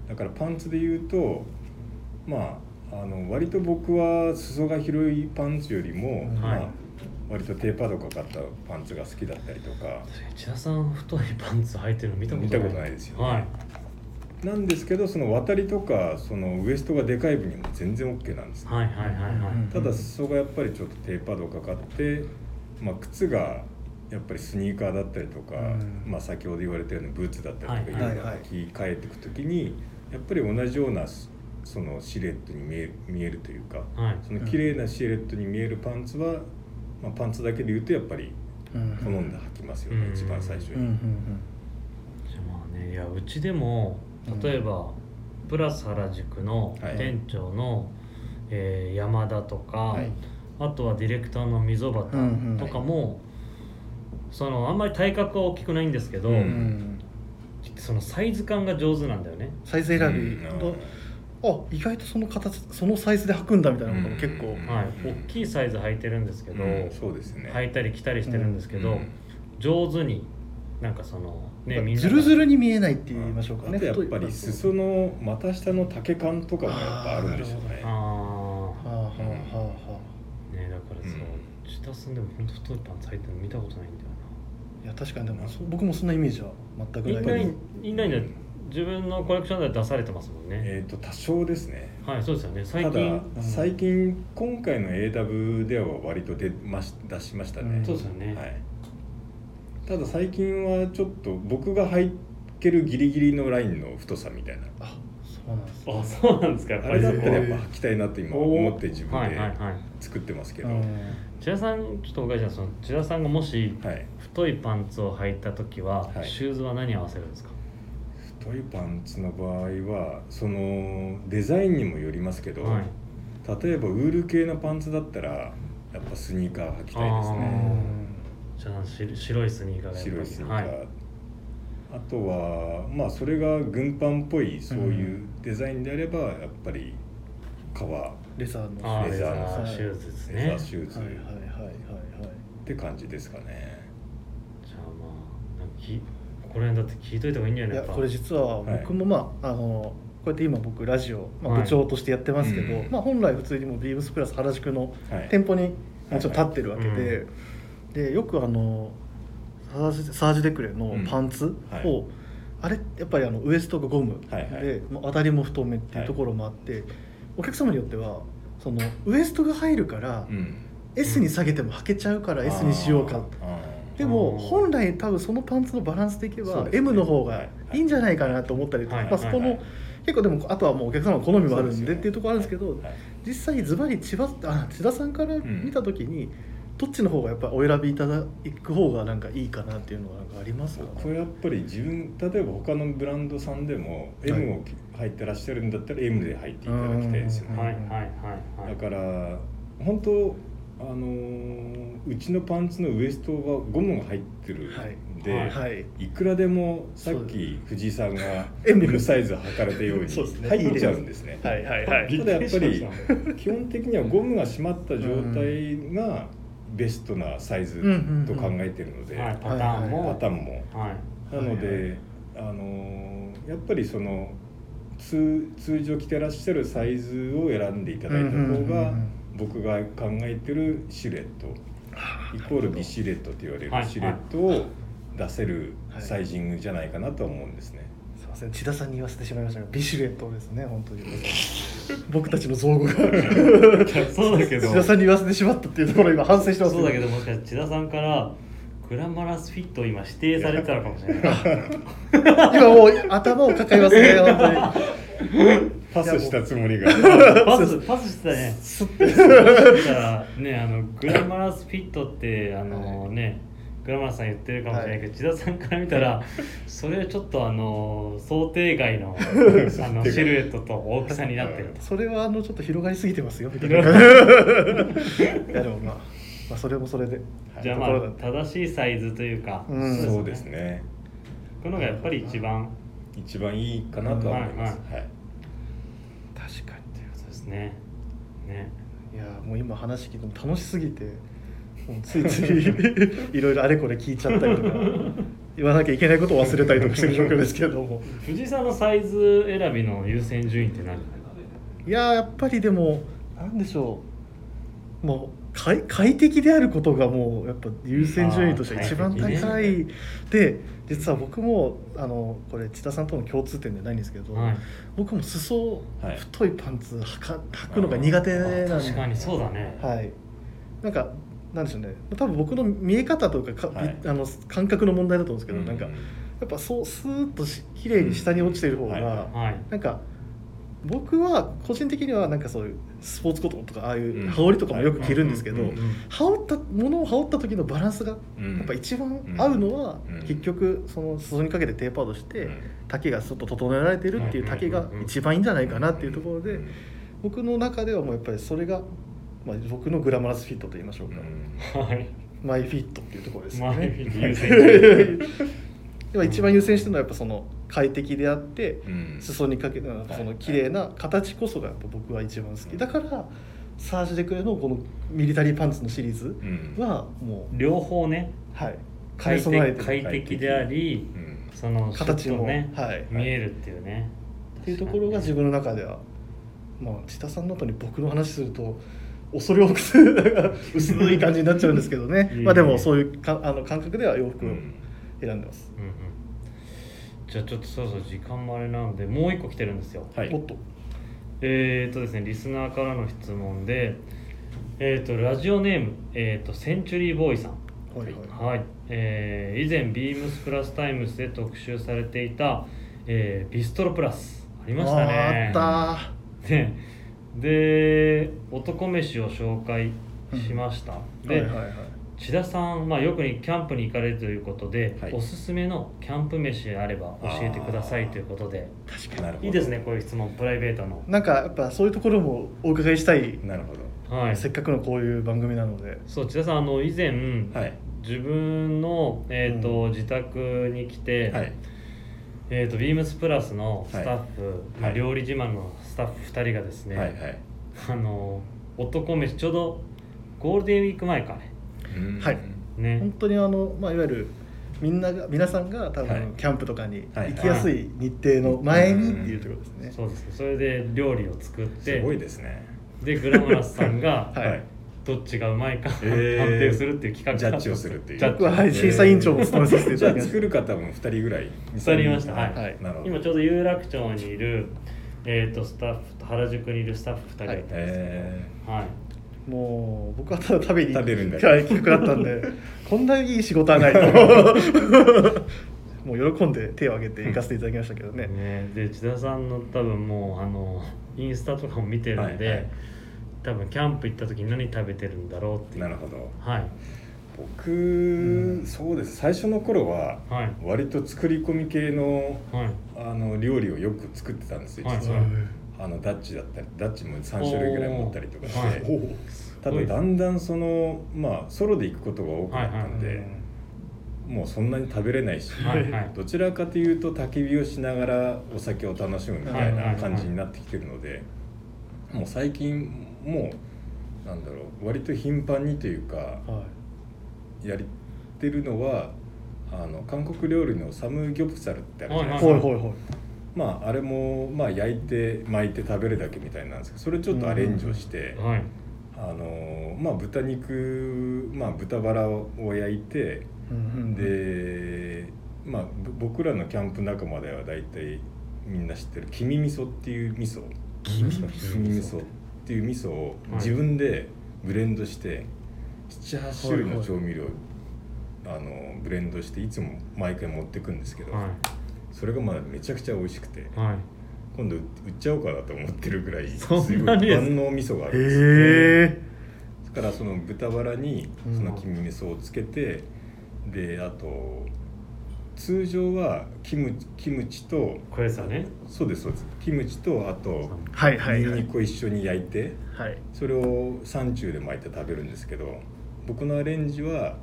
Speaker 3: だだからパンツで言うとまああの割と僕は裾が広いパンツより
Speaker 2: は
Speaker 3: も、
Speaker 2: い
Speaker 3: まあ、割とテーパードかかったパンツが好きだったりとか
Speaker 5: 確かに千田さん太いパンツ履いてるの見たことない
Speaker 3: 見たことないですよね
Speaker 5: はい
Speaker 3: なんですけどその渡りとかそのウエストがでかい分にも全然 OK なんですね、
Speaker 5: はいはいはいはい、
Speaker 2: うん
Speaker 3: ただ裾がやっぱりちょっとテーパードかかって、まあ、靴がやっぱりスニーカーだったりとか、
Speaker 2: うん
Speaker 3: まあ、先ほど言われたようにブーツだったりとか
Speaker 5: はい
Speaker 2: はい
Speaker 3: いろんな
Speaker 2: はい
Speaker 3: 履き替えていく時にやっぱり同じようなすそのシルエットに見え見えるというか
Speaker 5: はい
Speaker 3: その綺麗なシルエットに見えるパンツは、まあ、パンツだけで言うとやっぱり好んで履きますよね、
Speaker 5: うん
Speaker 3: 一番最初
Speaker 2: うんう
Speaker 3: に。
Speaker 2: ん
Speaker 5: じゃあまあねいやうちでも例えば、プラス原宿の
Speaker 3: はい
Speaker 5: 店長の、えー山田とか、
Speaker 2: はい
Speaker 5: あとはディレクターの溝端
Speaker 2: うん
Speaker 5: とかも、そのあんまり体格は大きくないんですけど、
Speaker 3: う
Speaker 2: うんうん
Speaker 5: そのサイズ感が上手なんだよね。
Speaker 2: サイズ選び
Speaker 3: うん
Speaker 2: とあ意外とその形そのサイズで履くんだみたいなことも結構
Speaker 3: うん
Speaker 5: はい、大きいサイズ履いてるんですけど、
Speaker 3: うんそうですね。
Speaker 5: 履いたり着たりしてるんですけど、
Speaker 3: うん
Speaker 5: 上手になんかそのねみんな
Speaker 2: ズ
Speaker 5: が
Speaker 2: ルズルに見えないって言いましょうかね
Speaker 3: あとやっぱ
Speaker 2: 太
Speaker 3: り
Speaker 2: い
Speaker 3: 裾の股下の丈感とかもやっぱあるんでしょうね
Speaker 5: あ
Speaker 2: は
Speaker 5: あ
Speaker 2: あはあはあは
Speaker 5: ねだからそう、
Speaker 3: う
Speaker 5: 下住んでも本当太いパンツ履いてるの見たことないんだよ
Speaker 2: あいや確かにでもそう僕もそんなイメージは全
Speaker 5: な
Speaker 2: く
Speaker 5: イン
Speaker 2: な
Speaker 5: ラ
Speaker 2: い
Speaker 5: インインラインで自分のコレクションでは出されてますもんね、
Speaker 3: えっ、と多少ですね
Speaker 5: はいそうですよね最
Speaker 3: ただ
Speaker 5: 近
Speaker 3: 最近今回の AW では割と出まし出しましたね、
Speaker 2: うん
Speaker 5: そうですよね、
Speaker 3: はい、ただ最近はちょっと僕が履けるギリギリのラインの太さみたいな
Speaker 2: あそうなんですね
Speaker 1: あそうなんですかやっ
Speaker 3: あ
Speaker 1: ぱ
Speaker 3: れ
Speaker 1: り
Speaker 3: だ
Speaker 1: そ
Speaker 3: っ
Speaker 1: こ
Speaker 3: た
Speaker 1: は
Speaker 3: らやっぱ履きたいなと今思って自
Speaker 5: は
Speaker 3: 分
Speaker 5: い
Speaker 3: で
Speaker 5: はいはい
Speaker 3: 作ってますけ
Speaker 2: う
Speaker 3: ど、
Speaker 2: ん
Speaker 5: 千田さんちょっとお伺いしたいその千田さんがもし
Speaker 3: はい、
Speaker 5: 太いパンツを履いた時は、
Speaker 3: はい
Speaker 5: シューズは何合わせるんですか
Speaker 3: 太いパンツの場合はそのデザインにもよりますけど、
Speaker 5: はい
Speaker 3: 例えばウール系のパンツだったらやっぱスニーカー履きたいです
Speaker 2: う
Speaker 3: ね
Speaker 2: ん
Speaker 5: じゃあし白いスニーカーがやっぱり
Speaker 3: 白いスニーカ
Speaker 5: は
Speaker 3: ー、
Speaker 5: い、
Speaker 3: あとはまあそれが軍パンっぽいそういううデザインであればやっぱり革
Speaker 2: レザーの
Speaker 5: あーレ
Speaker 3: レ
Speaker 5: ザ
Speaker 3: ザ
Speaker 5: ー
Speaker 3: ー
Speaker 5: シューズです
Speaker 3: レザ
Speaker 5: ね
Speaker 3: ーシューズ
Speaker 2: はいはいはい
Speaker 3: っ
Speaker 2: はいはい
Speaker 3: て感じですかね、
Speaker 5: じゃあまあなんかきここら辺だって聞いといた方がいいんじゃない
Speaker 2: いや
Speaker 5: やっぱ
Speaker 2: これ実は
Speaker 3: はい
Speaker 2: 僕もまああのこうやって今僕ラジオ、ま
Speaker 5: は
Speaker 2: あ、
Speaker 5: い
Speaker 2: 部長としてやってますけど、
Speaker 3: うん
Speaker 2: まあ、本来普通にもうビームスプラス原宿の
Speaker 3: はい
Speaker 2: 店舗にもちろん立ってるわけで、
Speaker 5: はいはい
Speaker 2: でよくあのサージサージデクレのパンツを、
Speaker 3: うんはい
Speaker 2: あれやっぱりあのウエストがゴムで、
Speaker 3: はいはい
Speaker 2: もう当たりも太めっていうところもあって、お客様によってはそのウエストが入るから、
Speaker 3: うん
Speaker 2: S に下げても履けちゃうから
Speaker 3: あ
Speaker 2: S
Speaker 3: ー
Speaker 2: にしようか
Speaker 3: あー
Speaker 2: で
Speaker 5: うん
Speaker 2: も本来多分そのパンツのバランス的に
Speaker 3: そう
Speaker 2: は
Speaker 3: ですね
Speaker 2: M の方がいいんじゃないかなと思ったりと
Speaker 5: は
Speaker 2: か
Speaker 5: い
Speaker 2: まあそこ
Speaker 3: はい
Speaker 2: の
Speaker 3: はい
Speaker 2: 結構でもあとはもうお客様の好みもある
Speaker 3: そ
Speaker 2: ん
Speaker 3: うです
Speaker 2: で
Speaker 3: よ
Speaker 2: っ
Speaker 3: ね
Speaker 2: ていうところあるんですけど
Speaker 3: はい
Speaker 2: 実際ズバリ千葉あ千田さんから見た時にどっちの方がやっぱりお選びいただく方がなんかいいかなっていうのはなんかありますか
Speaker 3: これやっぱり自分例えば他のブランドさんでも
Speaker 2: はい
Speaker 3: M を入ってらっしゃるんだったら M で入っていただきたいですよ
Speaker 2: うん
Speaker 3: ね、
Speaker 5: はいはいはいはい
Speaker 3: だから本当あのーうちのパンツのウエストはゴムが入ってるんで、
Speaker 5: はい
Speaker 3: い
Speaker 2: はい
Speaker 3: くらでもさっ
Speaker 2: そう
Speaker 3: き藤井さんが
Speaker 2: (laughs) M
Speaker 3: M サイズ測れたように
Speaker 2: そうですね
Speaker 3: 入っちゃうんですね。
Speaker 2: はいはいはい
Speaker 3: ただやっぱ
Speaker 1: びっくり
Speaker 3: り
Speaker 1: しま
Speaker 3: 基本的にはゴムが締まった状態がベストなサイズと考えてるので、
Speaker 5: はい、パターンも、
Speaker 3: パターンも。
Speaker 5: はい、
Speaker 3: なので、あのーやっぱりその通通常着てらっしゃるサイズを選んでいただいた
Speaker 2: うんうんうん
Speaker 3: 方
Speaker 2: う
Speaker 3: が
Speaker 2: ん
Speaker 3: 僕が考えてるシルエットイコール美シルエットと言われ
Speaker 5: はい
Speaker 3: るシルエットを出せる
Speaker 2: はい
Speaker 3: サイジングじゃないかなとは思うんですね。
Speaker 2: すいません千田さんに言わせてしまいましたがビシュレットですね本
Speaker 3: (laughs)
Speaker 2: 当に僕たちの造語が
Speaker 1: そうだけど
Speaker 2: 千田さんに言わせてしまったっていうところ今反省してます
Speaker 1: そうだけどもしかして千田さんからグラマラスフィットを今指定されてたのかもしれない
Speaker 2: 今もう頭を抱えますね本
Speaker 3: パスしたつもりが
Speaker 1: パスパスしてたねだからねあのグラマラスフィットってあのねグラマラスさん言ってるかもしれないけど、千田さんから見たらそれはちょっとあの想定外のあのシルエットと大きさになってる
Speaker 2: 当
Speaker 1: と
Speaker 2: にそれはあのちょっと広がりすぎてますよみたいないやでもまあ、まあ、それもそれで (laughs)
Speaker 1: じゃあま
Speaker 2: と
Speaker 1: あ
Speaker 2: ころだ
Speaker 1: 正しいサイズというか、
Speaker 2: うん
Speaker 3: そうですね
Speaker 1: このがやっぱり一番
Speaker 3: 一番いいかなとは思います。
Speaker 1: うん
Speaker 3: はい
Speaker 2: 確かに
Speaker 1: ということですねね
Speaker 2: いやもう今話聞いても楽しすぎてもうついついいろいろあれこれ聞いちゃったりとか言わなきゃいけないことを忘れたりとかしてる状況ですけれども
Speaker 1: 藤井さんのサイズ選びの優先順位って何
Speaker 2: いやーやっぱりでもなんでしょうもう快快適であることがもうやっぱ優先順位としては一番
Speaker 1: あー
Speaker 2: 高
Speaker 1: 快
Speaker 2: い、で実は僕もあのこれ千田さんとの共通点ではないんですけど、
Speaker 1: はい
Speaker 2: 僕も裾
Speaker 3: はい
Speaker 2: 太いパンツはか履くのが苦手なんで
Speaker 1: あ確かにそうだね
Speaker 2: はい、なんかなんでしょうね多分僕の見え方とかか、
Speaker 3: はい
Speaker 2: あの感覚の問題だと思うんですけど、
Speaker 3: うん
Speaker 2: なんかやっぱそうスーッとし綺麗に下に落ちてる方が、
Speaker 3: うんはい
Speaker 1: はい
Speaker 2: なんか僕は個人的にはなんかそういうスポーツコットンとかああいううん羽織とかもよく着るんですけど、
Speaker 3: うんうん
Speaker 2: 羽織ったものを羽織った時のバランスが
Speaker 3: うん
Speaker 2: やっぱ一番合うのは、
Speaker 3: うん
Speaker 2: 結局その裾にかけてテーパードして、
Speaker 3: うん
Speaker 2: 丈がちょっと整えられてるっていう丈が一番いいんじゃないかなっていうところで、
Speaker 3: うん
Speaker 2: 僕の中ではもうやっぱりそれが、まあ、僕のグラマラスフィットと言いましょうか、
Speaker 1: はい
Speaker 2: マイフィットっていうところですよね。
Speaker 1: マイフィット優先
Speaker 2: 先 (laughs) でも一番優先してるのはやっぱその快適であって、
Speaker 3: うん
Speaker 2: 裾にかけなんかその綺麗な形こそがやっぱ僕は一番好きだからサージュ・デクレのこのミリタリーパンツのシリーズ
Speaker 3: うん
Speaker 2: はもう、
Speaker 1: 両方ね
Speaker 2: はい
Speaker 1: 快
Speaker 2: 買
Speaker 1: 適
Speaker 2: い備えて
Speaker 1: 快適であり
Speaker 3: うん
Speaker 1: そのち
Speaker 2: 形も
Speaker 1: ょっとね、
Speaker 2: はい
Speaker 1: 見えるっていうね
Speaker 2: っていうところが自分の中では、まあ、千田さんの後に僕の話すると恐れ多くて薄い感じになっちゃうんですけどね
Speaker 1: (laughs) いえいえ
Speaker 2: まあでもそういうかあの感覚では洋服
Speaker 3: う
Speaker 2: を
Speaker 3: ん
Speaker 2: 選んでます、
Speaker 5: うんうんじゃあちょっとそろそろ時間もあれなんでもう一個来てるんですよ
Speaker 3: はい
Speaker 2: おっと
Speaker 1: えー、とですねリスナーからの質問でえー、とラジオネーム、えー、とセンチュリーボーイさん
Speaker 2: はいはい
Speaker 1: はい、えー以前ビームスプラスタイムスで特集されていた、えービストロプラスありましたね
Speaker 2: ああっ
Speaker 1: ねで男飯を紹介しました、
Speaker 2: た
Speaker 1: で、
Speaker 2: はいはいはい
Speaker 1: 千田さん、まあ、よくにキャンプに行かれるということで、
Speaker 3: はい
Speaker 1: おすすめのキャンプ飯あれば教えてくださいということで
Speaker 3: 確かになるほど
Speaker 1: いいですねこういう質問プライベートの
Speaker 2: なんかやっぱそういうところもお伺いしたい、
Speaker 3: なるほど
Speaker 1: はい
Speaker 2: せっかくのこういう番組なので
Speaker 1: そう千田さんあの以前、
Speaker 3: はい
Speaker 1: 自分の、えーと
Speaker 2: う
Speaker 1: 自宅に来て、
Speaker 3: はい
Speaker 1: えー、とビームスプラスのスタッフ、まあ、
Speaker 3: はい
Speaker 1: 料理自慢のスタッフ2人がですね、
Speaker 3: はいはい
Speaker 1: あの男飯ちょうどゴールデンウィーク前かね
Speaker 3: うん
Speaker 2: はい
Speaker 1: ね
Speaker 2: 本当にあの、まあ、いわゆるみんなが皆さんが多
Speaker 3: はい
Speaker 2: 分キャンプとかに
Speaker 3: はい
Speaker 2: 行きやすい日程の前にっていうところですね、
Speaker 1: そうですねそれで料理を作って
Speaker 3: すごいですね
Speaker 1: でグラマラスさん
Speaker 3: (laughs)
Speaker 1: が
Speaker 2: はい
Speaker 1: (laughs) どっちがうまいか判
Speaker 3: えー
Speaker 1: 定するっていう企画
Speaker 3: ジャッジを
Speaker 1: を
Speaker 3: するっていう
Speaker 1: ジャッ
Speaker 2: 僕ははい審査委員長も務めさせてい
Speaker 3: じ
Speaker 2: ただ
Speaker 3: ゃ
Speaker 2: きま
Speaker 3: あ (laughs) 作
Speaker 2: す
Speaker 3: る方も2人ぐらい
Speaker 1: 座りましたはい、
Speaker 2: はい
Speaker 3: なるほど
Speaker 1: 今ちょうど有楽町にいる、えー、とスタッフと原宿にいるスタッフ2人がいたんですけ
Speaker 3: え
Speaker 1: ど、はい
Speaker 2: もう僕はただ食べに行
Speaker 3: 食べるんだ
Speaker 2: はい企画だったん
Speaker 3: (laughs)
Speaker 2: でこんないい仕事はないともう喜んで手を挙げて行かせていただきましたけどね、
Speaker 1: ね、で千田さんの多分もうあのインスタとかも見てるんで、
Speaker 3: はいはい
Speaker 1: 多分キャンプ行った時に何食べてるんだろうって
Speaker 3: ー
Speaker 1: いう
Speaker 3: なるほど
Speaker 1: はい
Speaker 3: 僕、そうです最初の頃は
Speaker 1: はい
Speaker 3: 割と作り込み系の
Speaker 1: はい
Speaker 3: あの料理をよく作ってたんですよ実は、
Speaker 1: はい
Speaker 3: あのダッチだったりダッチも3種類ぐらい持ったりとかして、
Speaker 1: はい
Speaker 2: おう
Speaker 3: ただだんだんそのまあソロで行くことが多くなったんで、もうそんなに食べれないし、
Speaker 1: はいはい
Speaker 3: どちらかというと焚き火をしながらお酒を楽しむみたいな感じになってきてるので、もう最近もうなんだろう割と頻繁にというか
Speaker 2: は
Speaker 3: やってるのはあの韓国料理のサムギョプサルってあるじゃない
Speaker 2: い、
Speaker 3: ですか、
Speaker 2: ほいほいほい
Speaker 3: まああれもまあ焼いて巻いて食べるだけみたいなんですけどそれちょっとアレンジをして、
Speaker 1: はい
Speaker 3: あのまあ豚肉まあ豚バラを焼いて
Speaker 2: うんうん
Speaker 3: で、まあ、ぼ僕らのキャンプ仲間では大体みんな知ってる黄身味噌っていう味噌黄身味噌っていう味噌
Speaker 1: は
Speaker 3: を
Speaker 1: い
Speaker 3: 自分でブレンドして78種類の調味料、あのブレンドしていつも毎回持ってくんですけど、
Speaker 1: は
Speaker 3: それがまあめちゃくちゃ美味しくて
Speaker 1: いはい
Speaker 3: 今度売っちゃおうかなと思ってるぐらいす
Speaker 1: そん
Speaker 3: ご
Speaker 1: ないに
Speaker 3: 万能味噌があるんですよ
Speaker 2: へ
Speaker 3: だからその豚バラに
Speaker 2: うん
Speaker 3: その黄身味噌をつけて、であと通常はキムキムチと
Speaker 1: これさね
Speaker 3: そうですそうですキムチとあと
Speaker 2: はいはい
Speaker 3: ニン
Speaker 2: は
Speaker 3: ニ
Speaker 2: い
Speaker 3: クを一緒に焼いて、
Speaker 2: はい
Speaker 3: それを山中で巻いて食べるんですけど僕のアレンジは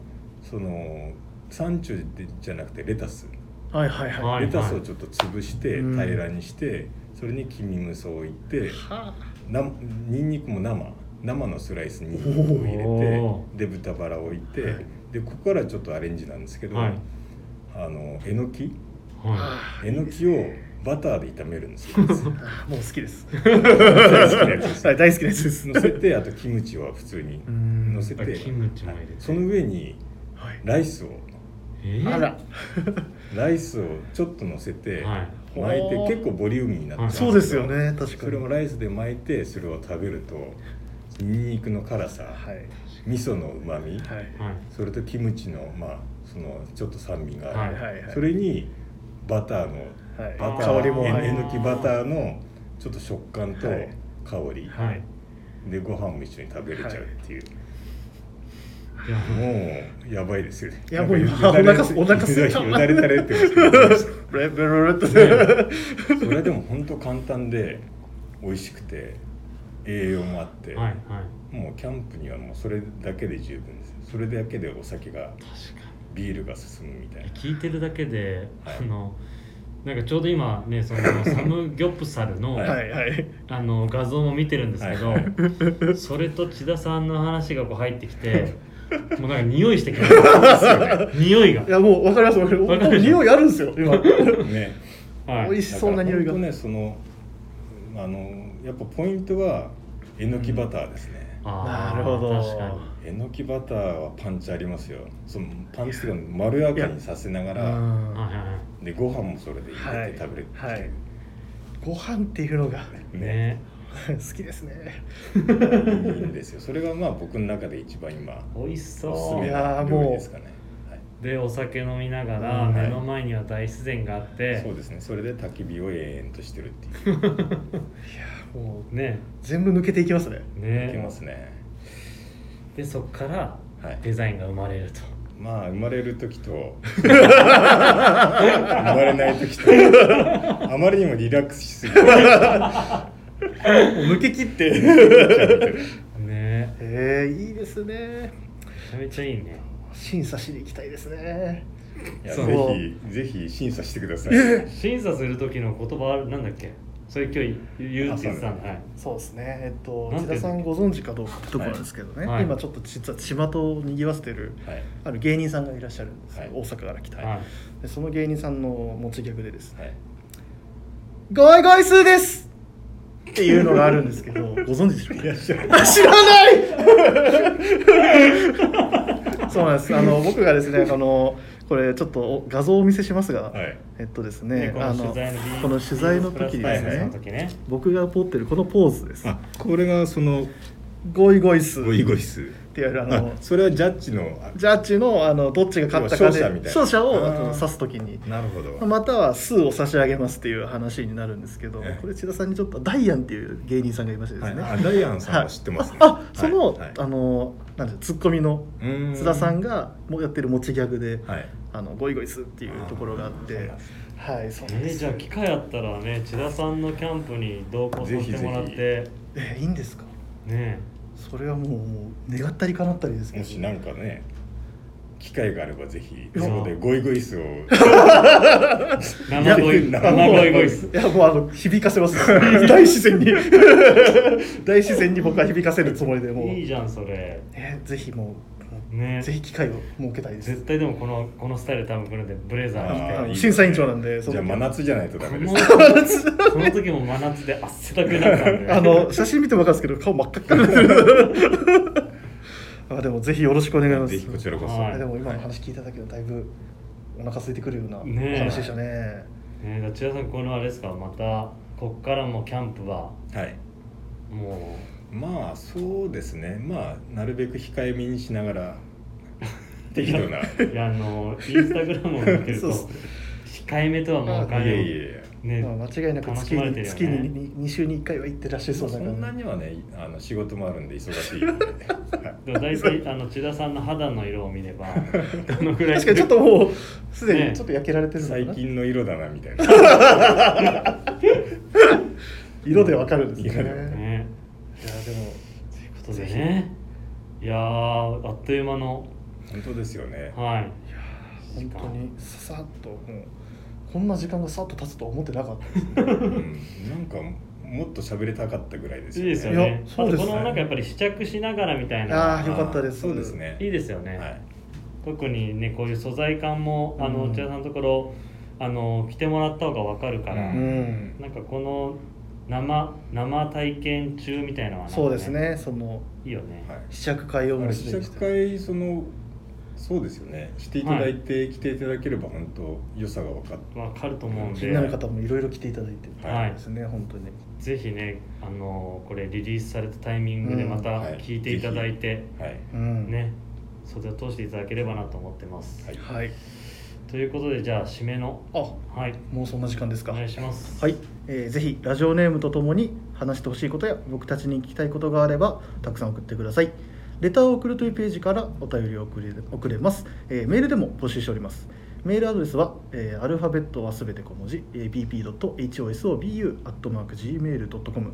Speaker 3: その山中でじゃなくてレタス、
Speaker 2: はいはいはい
Speaker 1: はい
Speaker 3: レタスをちょっと潰して
Speaker 2: うん
Speaker 3: 平らにして、それに黄身味噌をいって。
Speaker 2: は
Speaker 3: なにんにくも生生のスライスにんにくを入れ
Speaker 1: お
Speaker 3: てで豚バラを置いて、
Speaker 2: はい
Speaker 3: でここからちょっとアレンジなんですけど、
Speaker 1: はい
Speaker 3: ああのえのき
Speaker 1: は
Speaker 3: えのきをバターで炒めるんです
Speaker 2: (laughs)
Speaker 3: よ。
Speaker 2: あもう好き (laughs) です。
Speaker 3: 大好きなやつです
Speaker 2: (laughs) はい、大好きなやつです。
Speaker 3: 乗せてあとキムチは普通に
Speaker 2: うん
Speaker 3: 乗せて
Speaker 1: あキムチも入れて
Speaker 3: その上に
Speaker 2: はい
Speaker 3: ライスを
Speaker 1: い。えー
Speaker 2: あら、
Speaker 3: ライスをちょっと乗せて
Speaker 1: はい
Speaker 3: 巻い
Speaker 2: ほう
Speaker 3: て結構ボリューミーになってますけ
Speaker 2: そ
Speaker 3: ど
Speaker 2: うですよね、確か
Speaker 3: そ
Speaker 2: に。
Speaker 3: れもライスで巻いてそれを食べるとニンニクの辛さ
Speaker 2: はい。
Speaker 3: 味噌のうまみ
Speaker 2: はい。
Speaker 1: はい。
Speaker 3: それとキムチのまあそのちょっと酸味が
Speaker 2: は
Speaker 3: あ
Speaker 2: い
Speaker 3: る
Speaker 2: はいはい。
Speaker 3: それにバターの
Speaker 2: はい、
Speaker 3: バタ
Speaker 2: 香
Speaker 3: ー
Speaker 2: りも
Speaker 3: え
Speaker 2: はい
Speaker 3: えのきバターのちょっと食感と
Speaker 2: はい
Speaker 3: 香り、
Speaker 1: はい。
Speaker 3: でご飯も一緒に食べれちゃうっていう、
Speaker 1: いや、
Speaker 3: もうやばいですよね
Speaker 2: いやもう
Speaker 3: なん
Speaker 2: 今お
Speaker 3: かよだれ
Speaker 2: 腹すお腹すいた
Speaker 3: よだれ垂れ
Speaker 2: (laughs)
Speaker 3: てますけど
Speaker 2: ブレブレブレってね。
Speaker 3: それでも本当簡単で美味しくて栄養もあって、
Speaker 1: はい。はい。
Speaker 3: もうキャンプにはもうそれだけで十分ですそれだけでお酒が
Speaker 1: 確か
Speaker 3: ビールが進むみたい
Speaker 1: に。
Speaker 3: な
Speaker 1: 聞いてるだけで、
Speaker 3: はい
Speaker 1: あの。なんかちょうど今ね、
Speaker 3: (laughs)
Speaker 1: そのサムギョプサルの、
Speaker 3: は
Speaker 2: はいはい。
Speaker 1: あの画像も見てるんですけど、
Speaker 3: はい
Speaker 1: それと千田さんの話がこう入ってき
Speaker 3: (laughs)
Speaker 1: て、もうなんか匂いしてきます。匂いが
Speaker 2: い。やもうわかりますわかります。
Speaker 1: わか
Speaker 2: も
Speaker 1: るで
Speaker 2: う
Speaker 1: しょ
Speaker 2: 匂いあるんですよ今。
Speaker 3: ね
Speaker 1: はい
Speaker 2: 美味しそうな匂いが
Speaker 3: だから本当ねそのあのやっぱポイントはえのきバターですね、
Speaker 1: あー
Speaker 2: なるほど
Speaker 1: 確かに。
Speaker 3: えのきバターはパンチありますよそのパンチがまろやかにさせながら
Speaker 2: うん
Speaker 1: はいはいは
Speaker 3: でご飯もそれで入れて食べるっていう、
Speaker 2: はいはいご飯っていうのが
Speaker 1: い。
Speaker 3: ね
Speaker 1: ね。
Speaker 2: 好きですね。
Speaker 3: いいんですよそれがまあ僕の中で一番今
Speaker 1: 美味し
Speaker 3: おすす
Speaker 1: そ
Speaker 3: め
Speaker 2: い
Speaker 3: な
Speaker 2: やー
Speaker 3: 料理
Speaker 2: もう
Speaker 3: ですかねはい、
Speaker 1: う。で、お酒飲みなが
Speaker 3: う
Speaker 1: ら、
Speaker 3: んはい
Speaker 1: 目の前には大自然があって
Speaker 3: そう。ですねそれで焚き火を永遠としてるっていうい
Speaker 2: もう
Speaker 1: ね。
Speaker 2: 全部抜けていきますね。
Speaker 3: け
Speaker 1: ね
Speaker 3: ま。すね
Speaker 1: で、そこから
Speaker 3: はい
Speaker 1: デザインが生まれると。
Speaker 3: まあ生まれる時と (laughs) 生まれない時とあまりにもリラックスしすぎて
Speaker 2: もう抜け切って。
Speaker 1: ね。
Speaker 2: えー、いいですね。
Speaker 1: めちゃめちゃいいね。
Speaker 2: 審査しに行きたいですね。
Speaker 3: い (laughs) や
Speaker 1: そう
Speaker 3: ぜひぜひ審査してください
Speaker 1: 審査する時の言葉あるなんだっけそれ今日言うって言ってたんだはい
Speaker 2: そうですね、えっと、
Speaker 1: なん
Speaker 2: 千
Speaker 1: て
Speaker 2: 田さんご存知かどうかってところなんですけどね、
Speaker 1: はい
Speaker 2: 今ちょっと実は巷を賑わせてる
Speaker 3: はい
Speaker 2: ある芸人さんがいらっしゃるんですよ、
Speaker 3: はい
Speaker 2: 大阪から来た、
Speaker 1: はい
Speaker 2: でその芸人さんの持ちギャグでですね
Speaker 3: はい
Speaker 2: 「ごいごい数です!」っていうのがあるんですけどご存知でしょうか
Speaker 3: いらっしゃる
Speaker 2: あ (laughs) 知らない (laughs) そうなんですあの僕がですねあのこれちょっとお画像をお見せしますが、
Speaker 3: はい
Speaker 2: えっとですね
Speaker 1: でこ
Speaker 2: あ
Speaker 1: の
Speaker 2: の
Speaker 1: 取材の
Speaker 2: この取材の時にです
Speaker 1: ビーズ
Speaker 2: ね
Speaker 1: プラスタイムズの時ね
Speaker 2: 僕がポってるこのポーズです
Speaker 3: あこれがその
Speaker 2: ゴイゴイス
Speaker 3: ゴイゴイス
Speaker 2: ってやるあ
Speaker 3: あ
Speaker 2: の
Speaker 3: それはジャッジのあ
Speaker 2: ジャッジのあのどっちが勝ったかで
Speaker 3: 勝者みたいな
Speaker 2: 勝者を
Speaker 3: あ
Speaker 2: あ
Speaker 3: ー
Speaker 2: の指すときに
Speaker 3: なるほど
Speaker 2: または数を差し上げますっていう話になるんですけど
Speaker 3: ええ
Speaker 2: これ千田さんにちょっとダイアンっていう芸人さんがいましてで
Speaker 3: は
Speaker 2: す
Speaker 3: い、
Speaker 2: ね、
Speaker 3: あダイアンさんは知ってますね、
Speaker 2: あその、
Speaker 3: はいはい
Speaker 2: あのなんていうのツッコミの
Speaker 3: うーん
Speaker 2: 津田さんがもうやってる持ちギャグで、
Speaker 3: はい
Speaker 2: あのゴイゴイスっていうところがあってはいそうなん
Speaker 1: え
Speaker 2: で
Speaker 1: ー
Speaker 2: す
Speaker 1: じゃあ機会あったらね千田さんのキャンプに同行させてもらって
Speaker 3: ぜ
Speaker 2: えいいんですか
Speaker 1: ね
Speaker 2: それはもうもう願ったり叶ったりですけ
Speaker 3: も
Speaker 2: ど
Speaker 3: しなんかね機会があればぜひ
Speaker 1: や
Speaker 3: そこでゴイゴイスを
Speaker 1: 生声
Speaker 3: あ
Speaker 1: 生声ボイス
Speaker 2: いやもうあの響かせます大自然に (laughs) 大自然に僕は響かせるつもりでもう
Speaker 1: いいじゃんそれ
Speaker 2: ね、ぜひもう、
Speaker 1: ね
Speaker 2: ぜひ機会を設けたいです
Speaker 1: 絶対でもこのこのスタイル多分来るんでブレザー着て
Speaker 2: あ
Speaker 3: あー
Speaker 2: 審査委員長なんで (laughs) そ
Speaker 3: じ
Speaker 2: の
Speaker 3: ゃあ真夏じゃないとダ
Speaker 1: こ
Speaker 3: メで
Speaker 1: の (laughs)
Speaker 3: す
Speaker 1: この時も真夏で汗だくになったんで
Speaker 2: あの写真見ても分かるんですけど顔真っ赤っかなんです (laughs) あでもぜひよろしくお願いします
Speaker 3: ぜひこちらこそ、
Speaker 1: はい
Speaker 2: あでも今の話聞いただけでだいぶお腹空いてくるような
Speaker 1: ねえ
Speaker 2: 話でしたね
Speaker 1: ねえ千田さんこのあれですかまたこっからもキャンプは
Speaker 3: はい
Speaker 1: も
Speaker 3: まあそうですねまあなるべく控えめにしながら適度ないう
Speaker 1: いやあのインスタグラムを見てる
Speaker 2: そ
Speaker 1: と
Speaker 2: うっす
Speaker 1: 控えめとはもうお
Speaker 3: やい
Speaker 1: 金
Speaker 3: や
Speaker 1: を
Speaker 3: いや
Speaker 1: ね
Speaker 2: まあ、間違いなく
Speaker 1: 楽
Speaker 2: 月
Speaker 1: しまれてる
Speaker 2: に
Speaker 1: よ
Speaker 2: 月に
Speaker 1: ね
Speaker 2: に2週に1回は行ってらっしゃい
Speaker 3: そ
Speaker 2: そううな
Speaker 3: そんな
Speaker 2: 感じ
Speaker 3: にはねあの仕事もあるんで忙し
Speaker 1: (laughs)
Speaker 3: いのではい
Speaker 1: でも大体あの千田さんの肌の色を見ればどのくらい
Speaker 2: 確かにちょっともうすで
Speaker 1: ね
Speaker 2: にちょっと焼けられてるのかな、
Speaker 3: 最近の色だなみたいな
Speaker 1: (laughs)
Speaker 2: 色でわかるんですね
Speaker 3: 色でわ
Speaker 1: ね
Speaker 2: いやでも
Speaker 3: か
Speaker 1: ということでねいやーあっという間の
Speaker 3: 本当ですよね
Speaker 1: はい時
Speaker 2: 本
Speaker 1: 間
Speaker 2: 当にささっともうこんな時間がさっと経つとは思ってなかったですね
Speaker 3: うんなんかもっと喋りたかったぐらいです
Speaker 1: いい
Speaker 3: よね
Speaker 1: ですよ
Speaker 2: い
Speaker 1: ね
Speaker 2: やそうです
Speaker 1: あとこの
Speaker 3: はい
Speaker 1: なんかやっぱり試着しながらみたい
Speaker 2: あ
Speaker 1: な
Speaker 2: あよかったです
Speaker 3: そうですね
Speaker 1: いいですよね、
Speaker 3: はい
Speaker 1: 特にねこういう素材感もあ
Speaker 2: う
Speaker 1: の
Speaker 2: ん
Speaker 1: 内田さんのところあの着てもらった方がわかるから、
Speaker 2: うん
Speaker 1: なんかこの生生体験中みたいなのはなんか
Speaker 2: そうですねその
Speaker 1: いいよね、
Speaker 3: はい
Speaker 2: 試着会を
Speaker 3: あ
Speaker 2: もう
Speaker 3: れ
Speaker 2: す
Speaker 3: 試
Speaker 2: でにし
Speaker 3: 着
Speaker 2: て
Speaker 3: 会そのそうですよねしていただいて、来ていただければ本当良さが分かっ
Speaker 1: わかると思うん
Speaker 2: 気
Speaker 1: で
Speaker 2: になる方もいろいろ来ていただいて
Speaker 1: はい
Speaker 2: ですね、本当に
Speaker 1: ぜひねあのこれリリースされたタイミングでま
Speaker 3: うん
Speaker 1: た
Speaker 3: はい
Speaker 1: 聞いていただいて、
Speaker 3: てはい
Speaker 2: うん
Speaker 1: ね袖を通していただければなと思ってます、
Speaker 3: はい
Speaker 2: はい
Speaker 1: ということでじゃあ締めの
Speaker 2: あ
Speaker 1: はい
Speaker 2: もうそんな時間です
Speaker 1: お
Speaker 2: か
Speaker 1: 願いします
Speaker 2: はい、えーぜひラジオネームとともに話してほしいことや僕たちに聞きたいことがあればたくさん送ってくださいレターを送るというページからお便りを送れ送れます、えーメールでも募集しておりますメールアドレスは、えーアルファベットはすべて小文字、えー bp.hosobu.gmail.com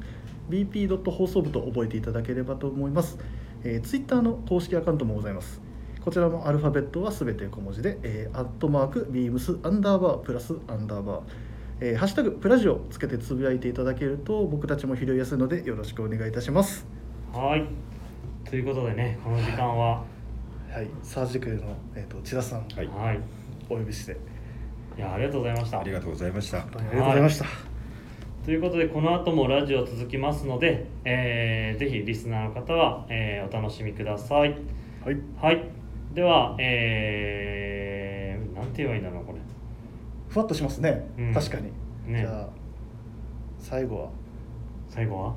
Speaker 2: bp. 放送部と覚えていただければと思います、えー、ツイッターの公式アカウントもございますこちらもアルファベットはすべて小文字で、えー、アットマーク、ビームス、アンダーバー、プラス、アンダーバー、えー、ハッシュタグ、プラジオつけてつぶやいていただけると、僕たちも拾いやすいので、よろしくお願いいたします。
Speaker 1: はいということでねこの時間は
Speaker 2: はい、サージクの、えー、と千田さん、
Speaker 3: はい
Speaker 1: はい
Speaker 2: お呼びして、
Speaker 1: いやありがとうございました
Speaker 3: ありがとうございました
Speaker 2: 本当にありがとうございました。
Speaker 1: ということでこの後もラジオ続きますので、えーぜひリスナーの方は、えーお楽しみください
Speaker 2: はい、
Speaker 1: はいではえー、なんて言えばいいんだろうこれ
Speaker 2: ふわっとしますね、
Speaker 1: うん
Speaker 2: 確かに。
Speaker 1: ね
Speaker 2: じゃあ、最後は、
Speaker 1: 最後は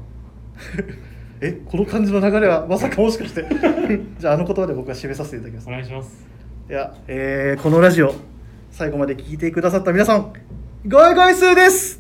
Speaker 2: え、この感じの流れは、まさかもしか (laughs) して、じゃあ、あの言葉で僕は締めさせていただきます
Speaker 1: お。願いします
Speaker 2: いや、えーこのラジオ、最後まで聞いてくださった皆さん、ごいごいすーです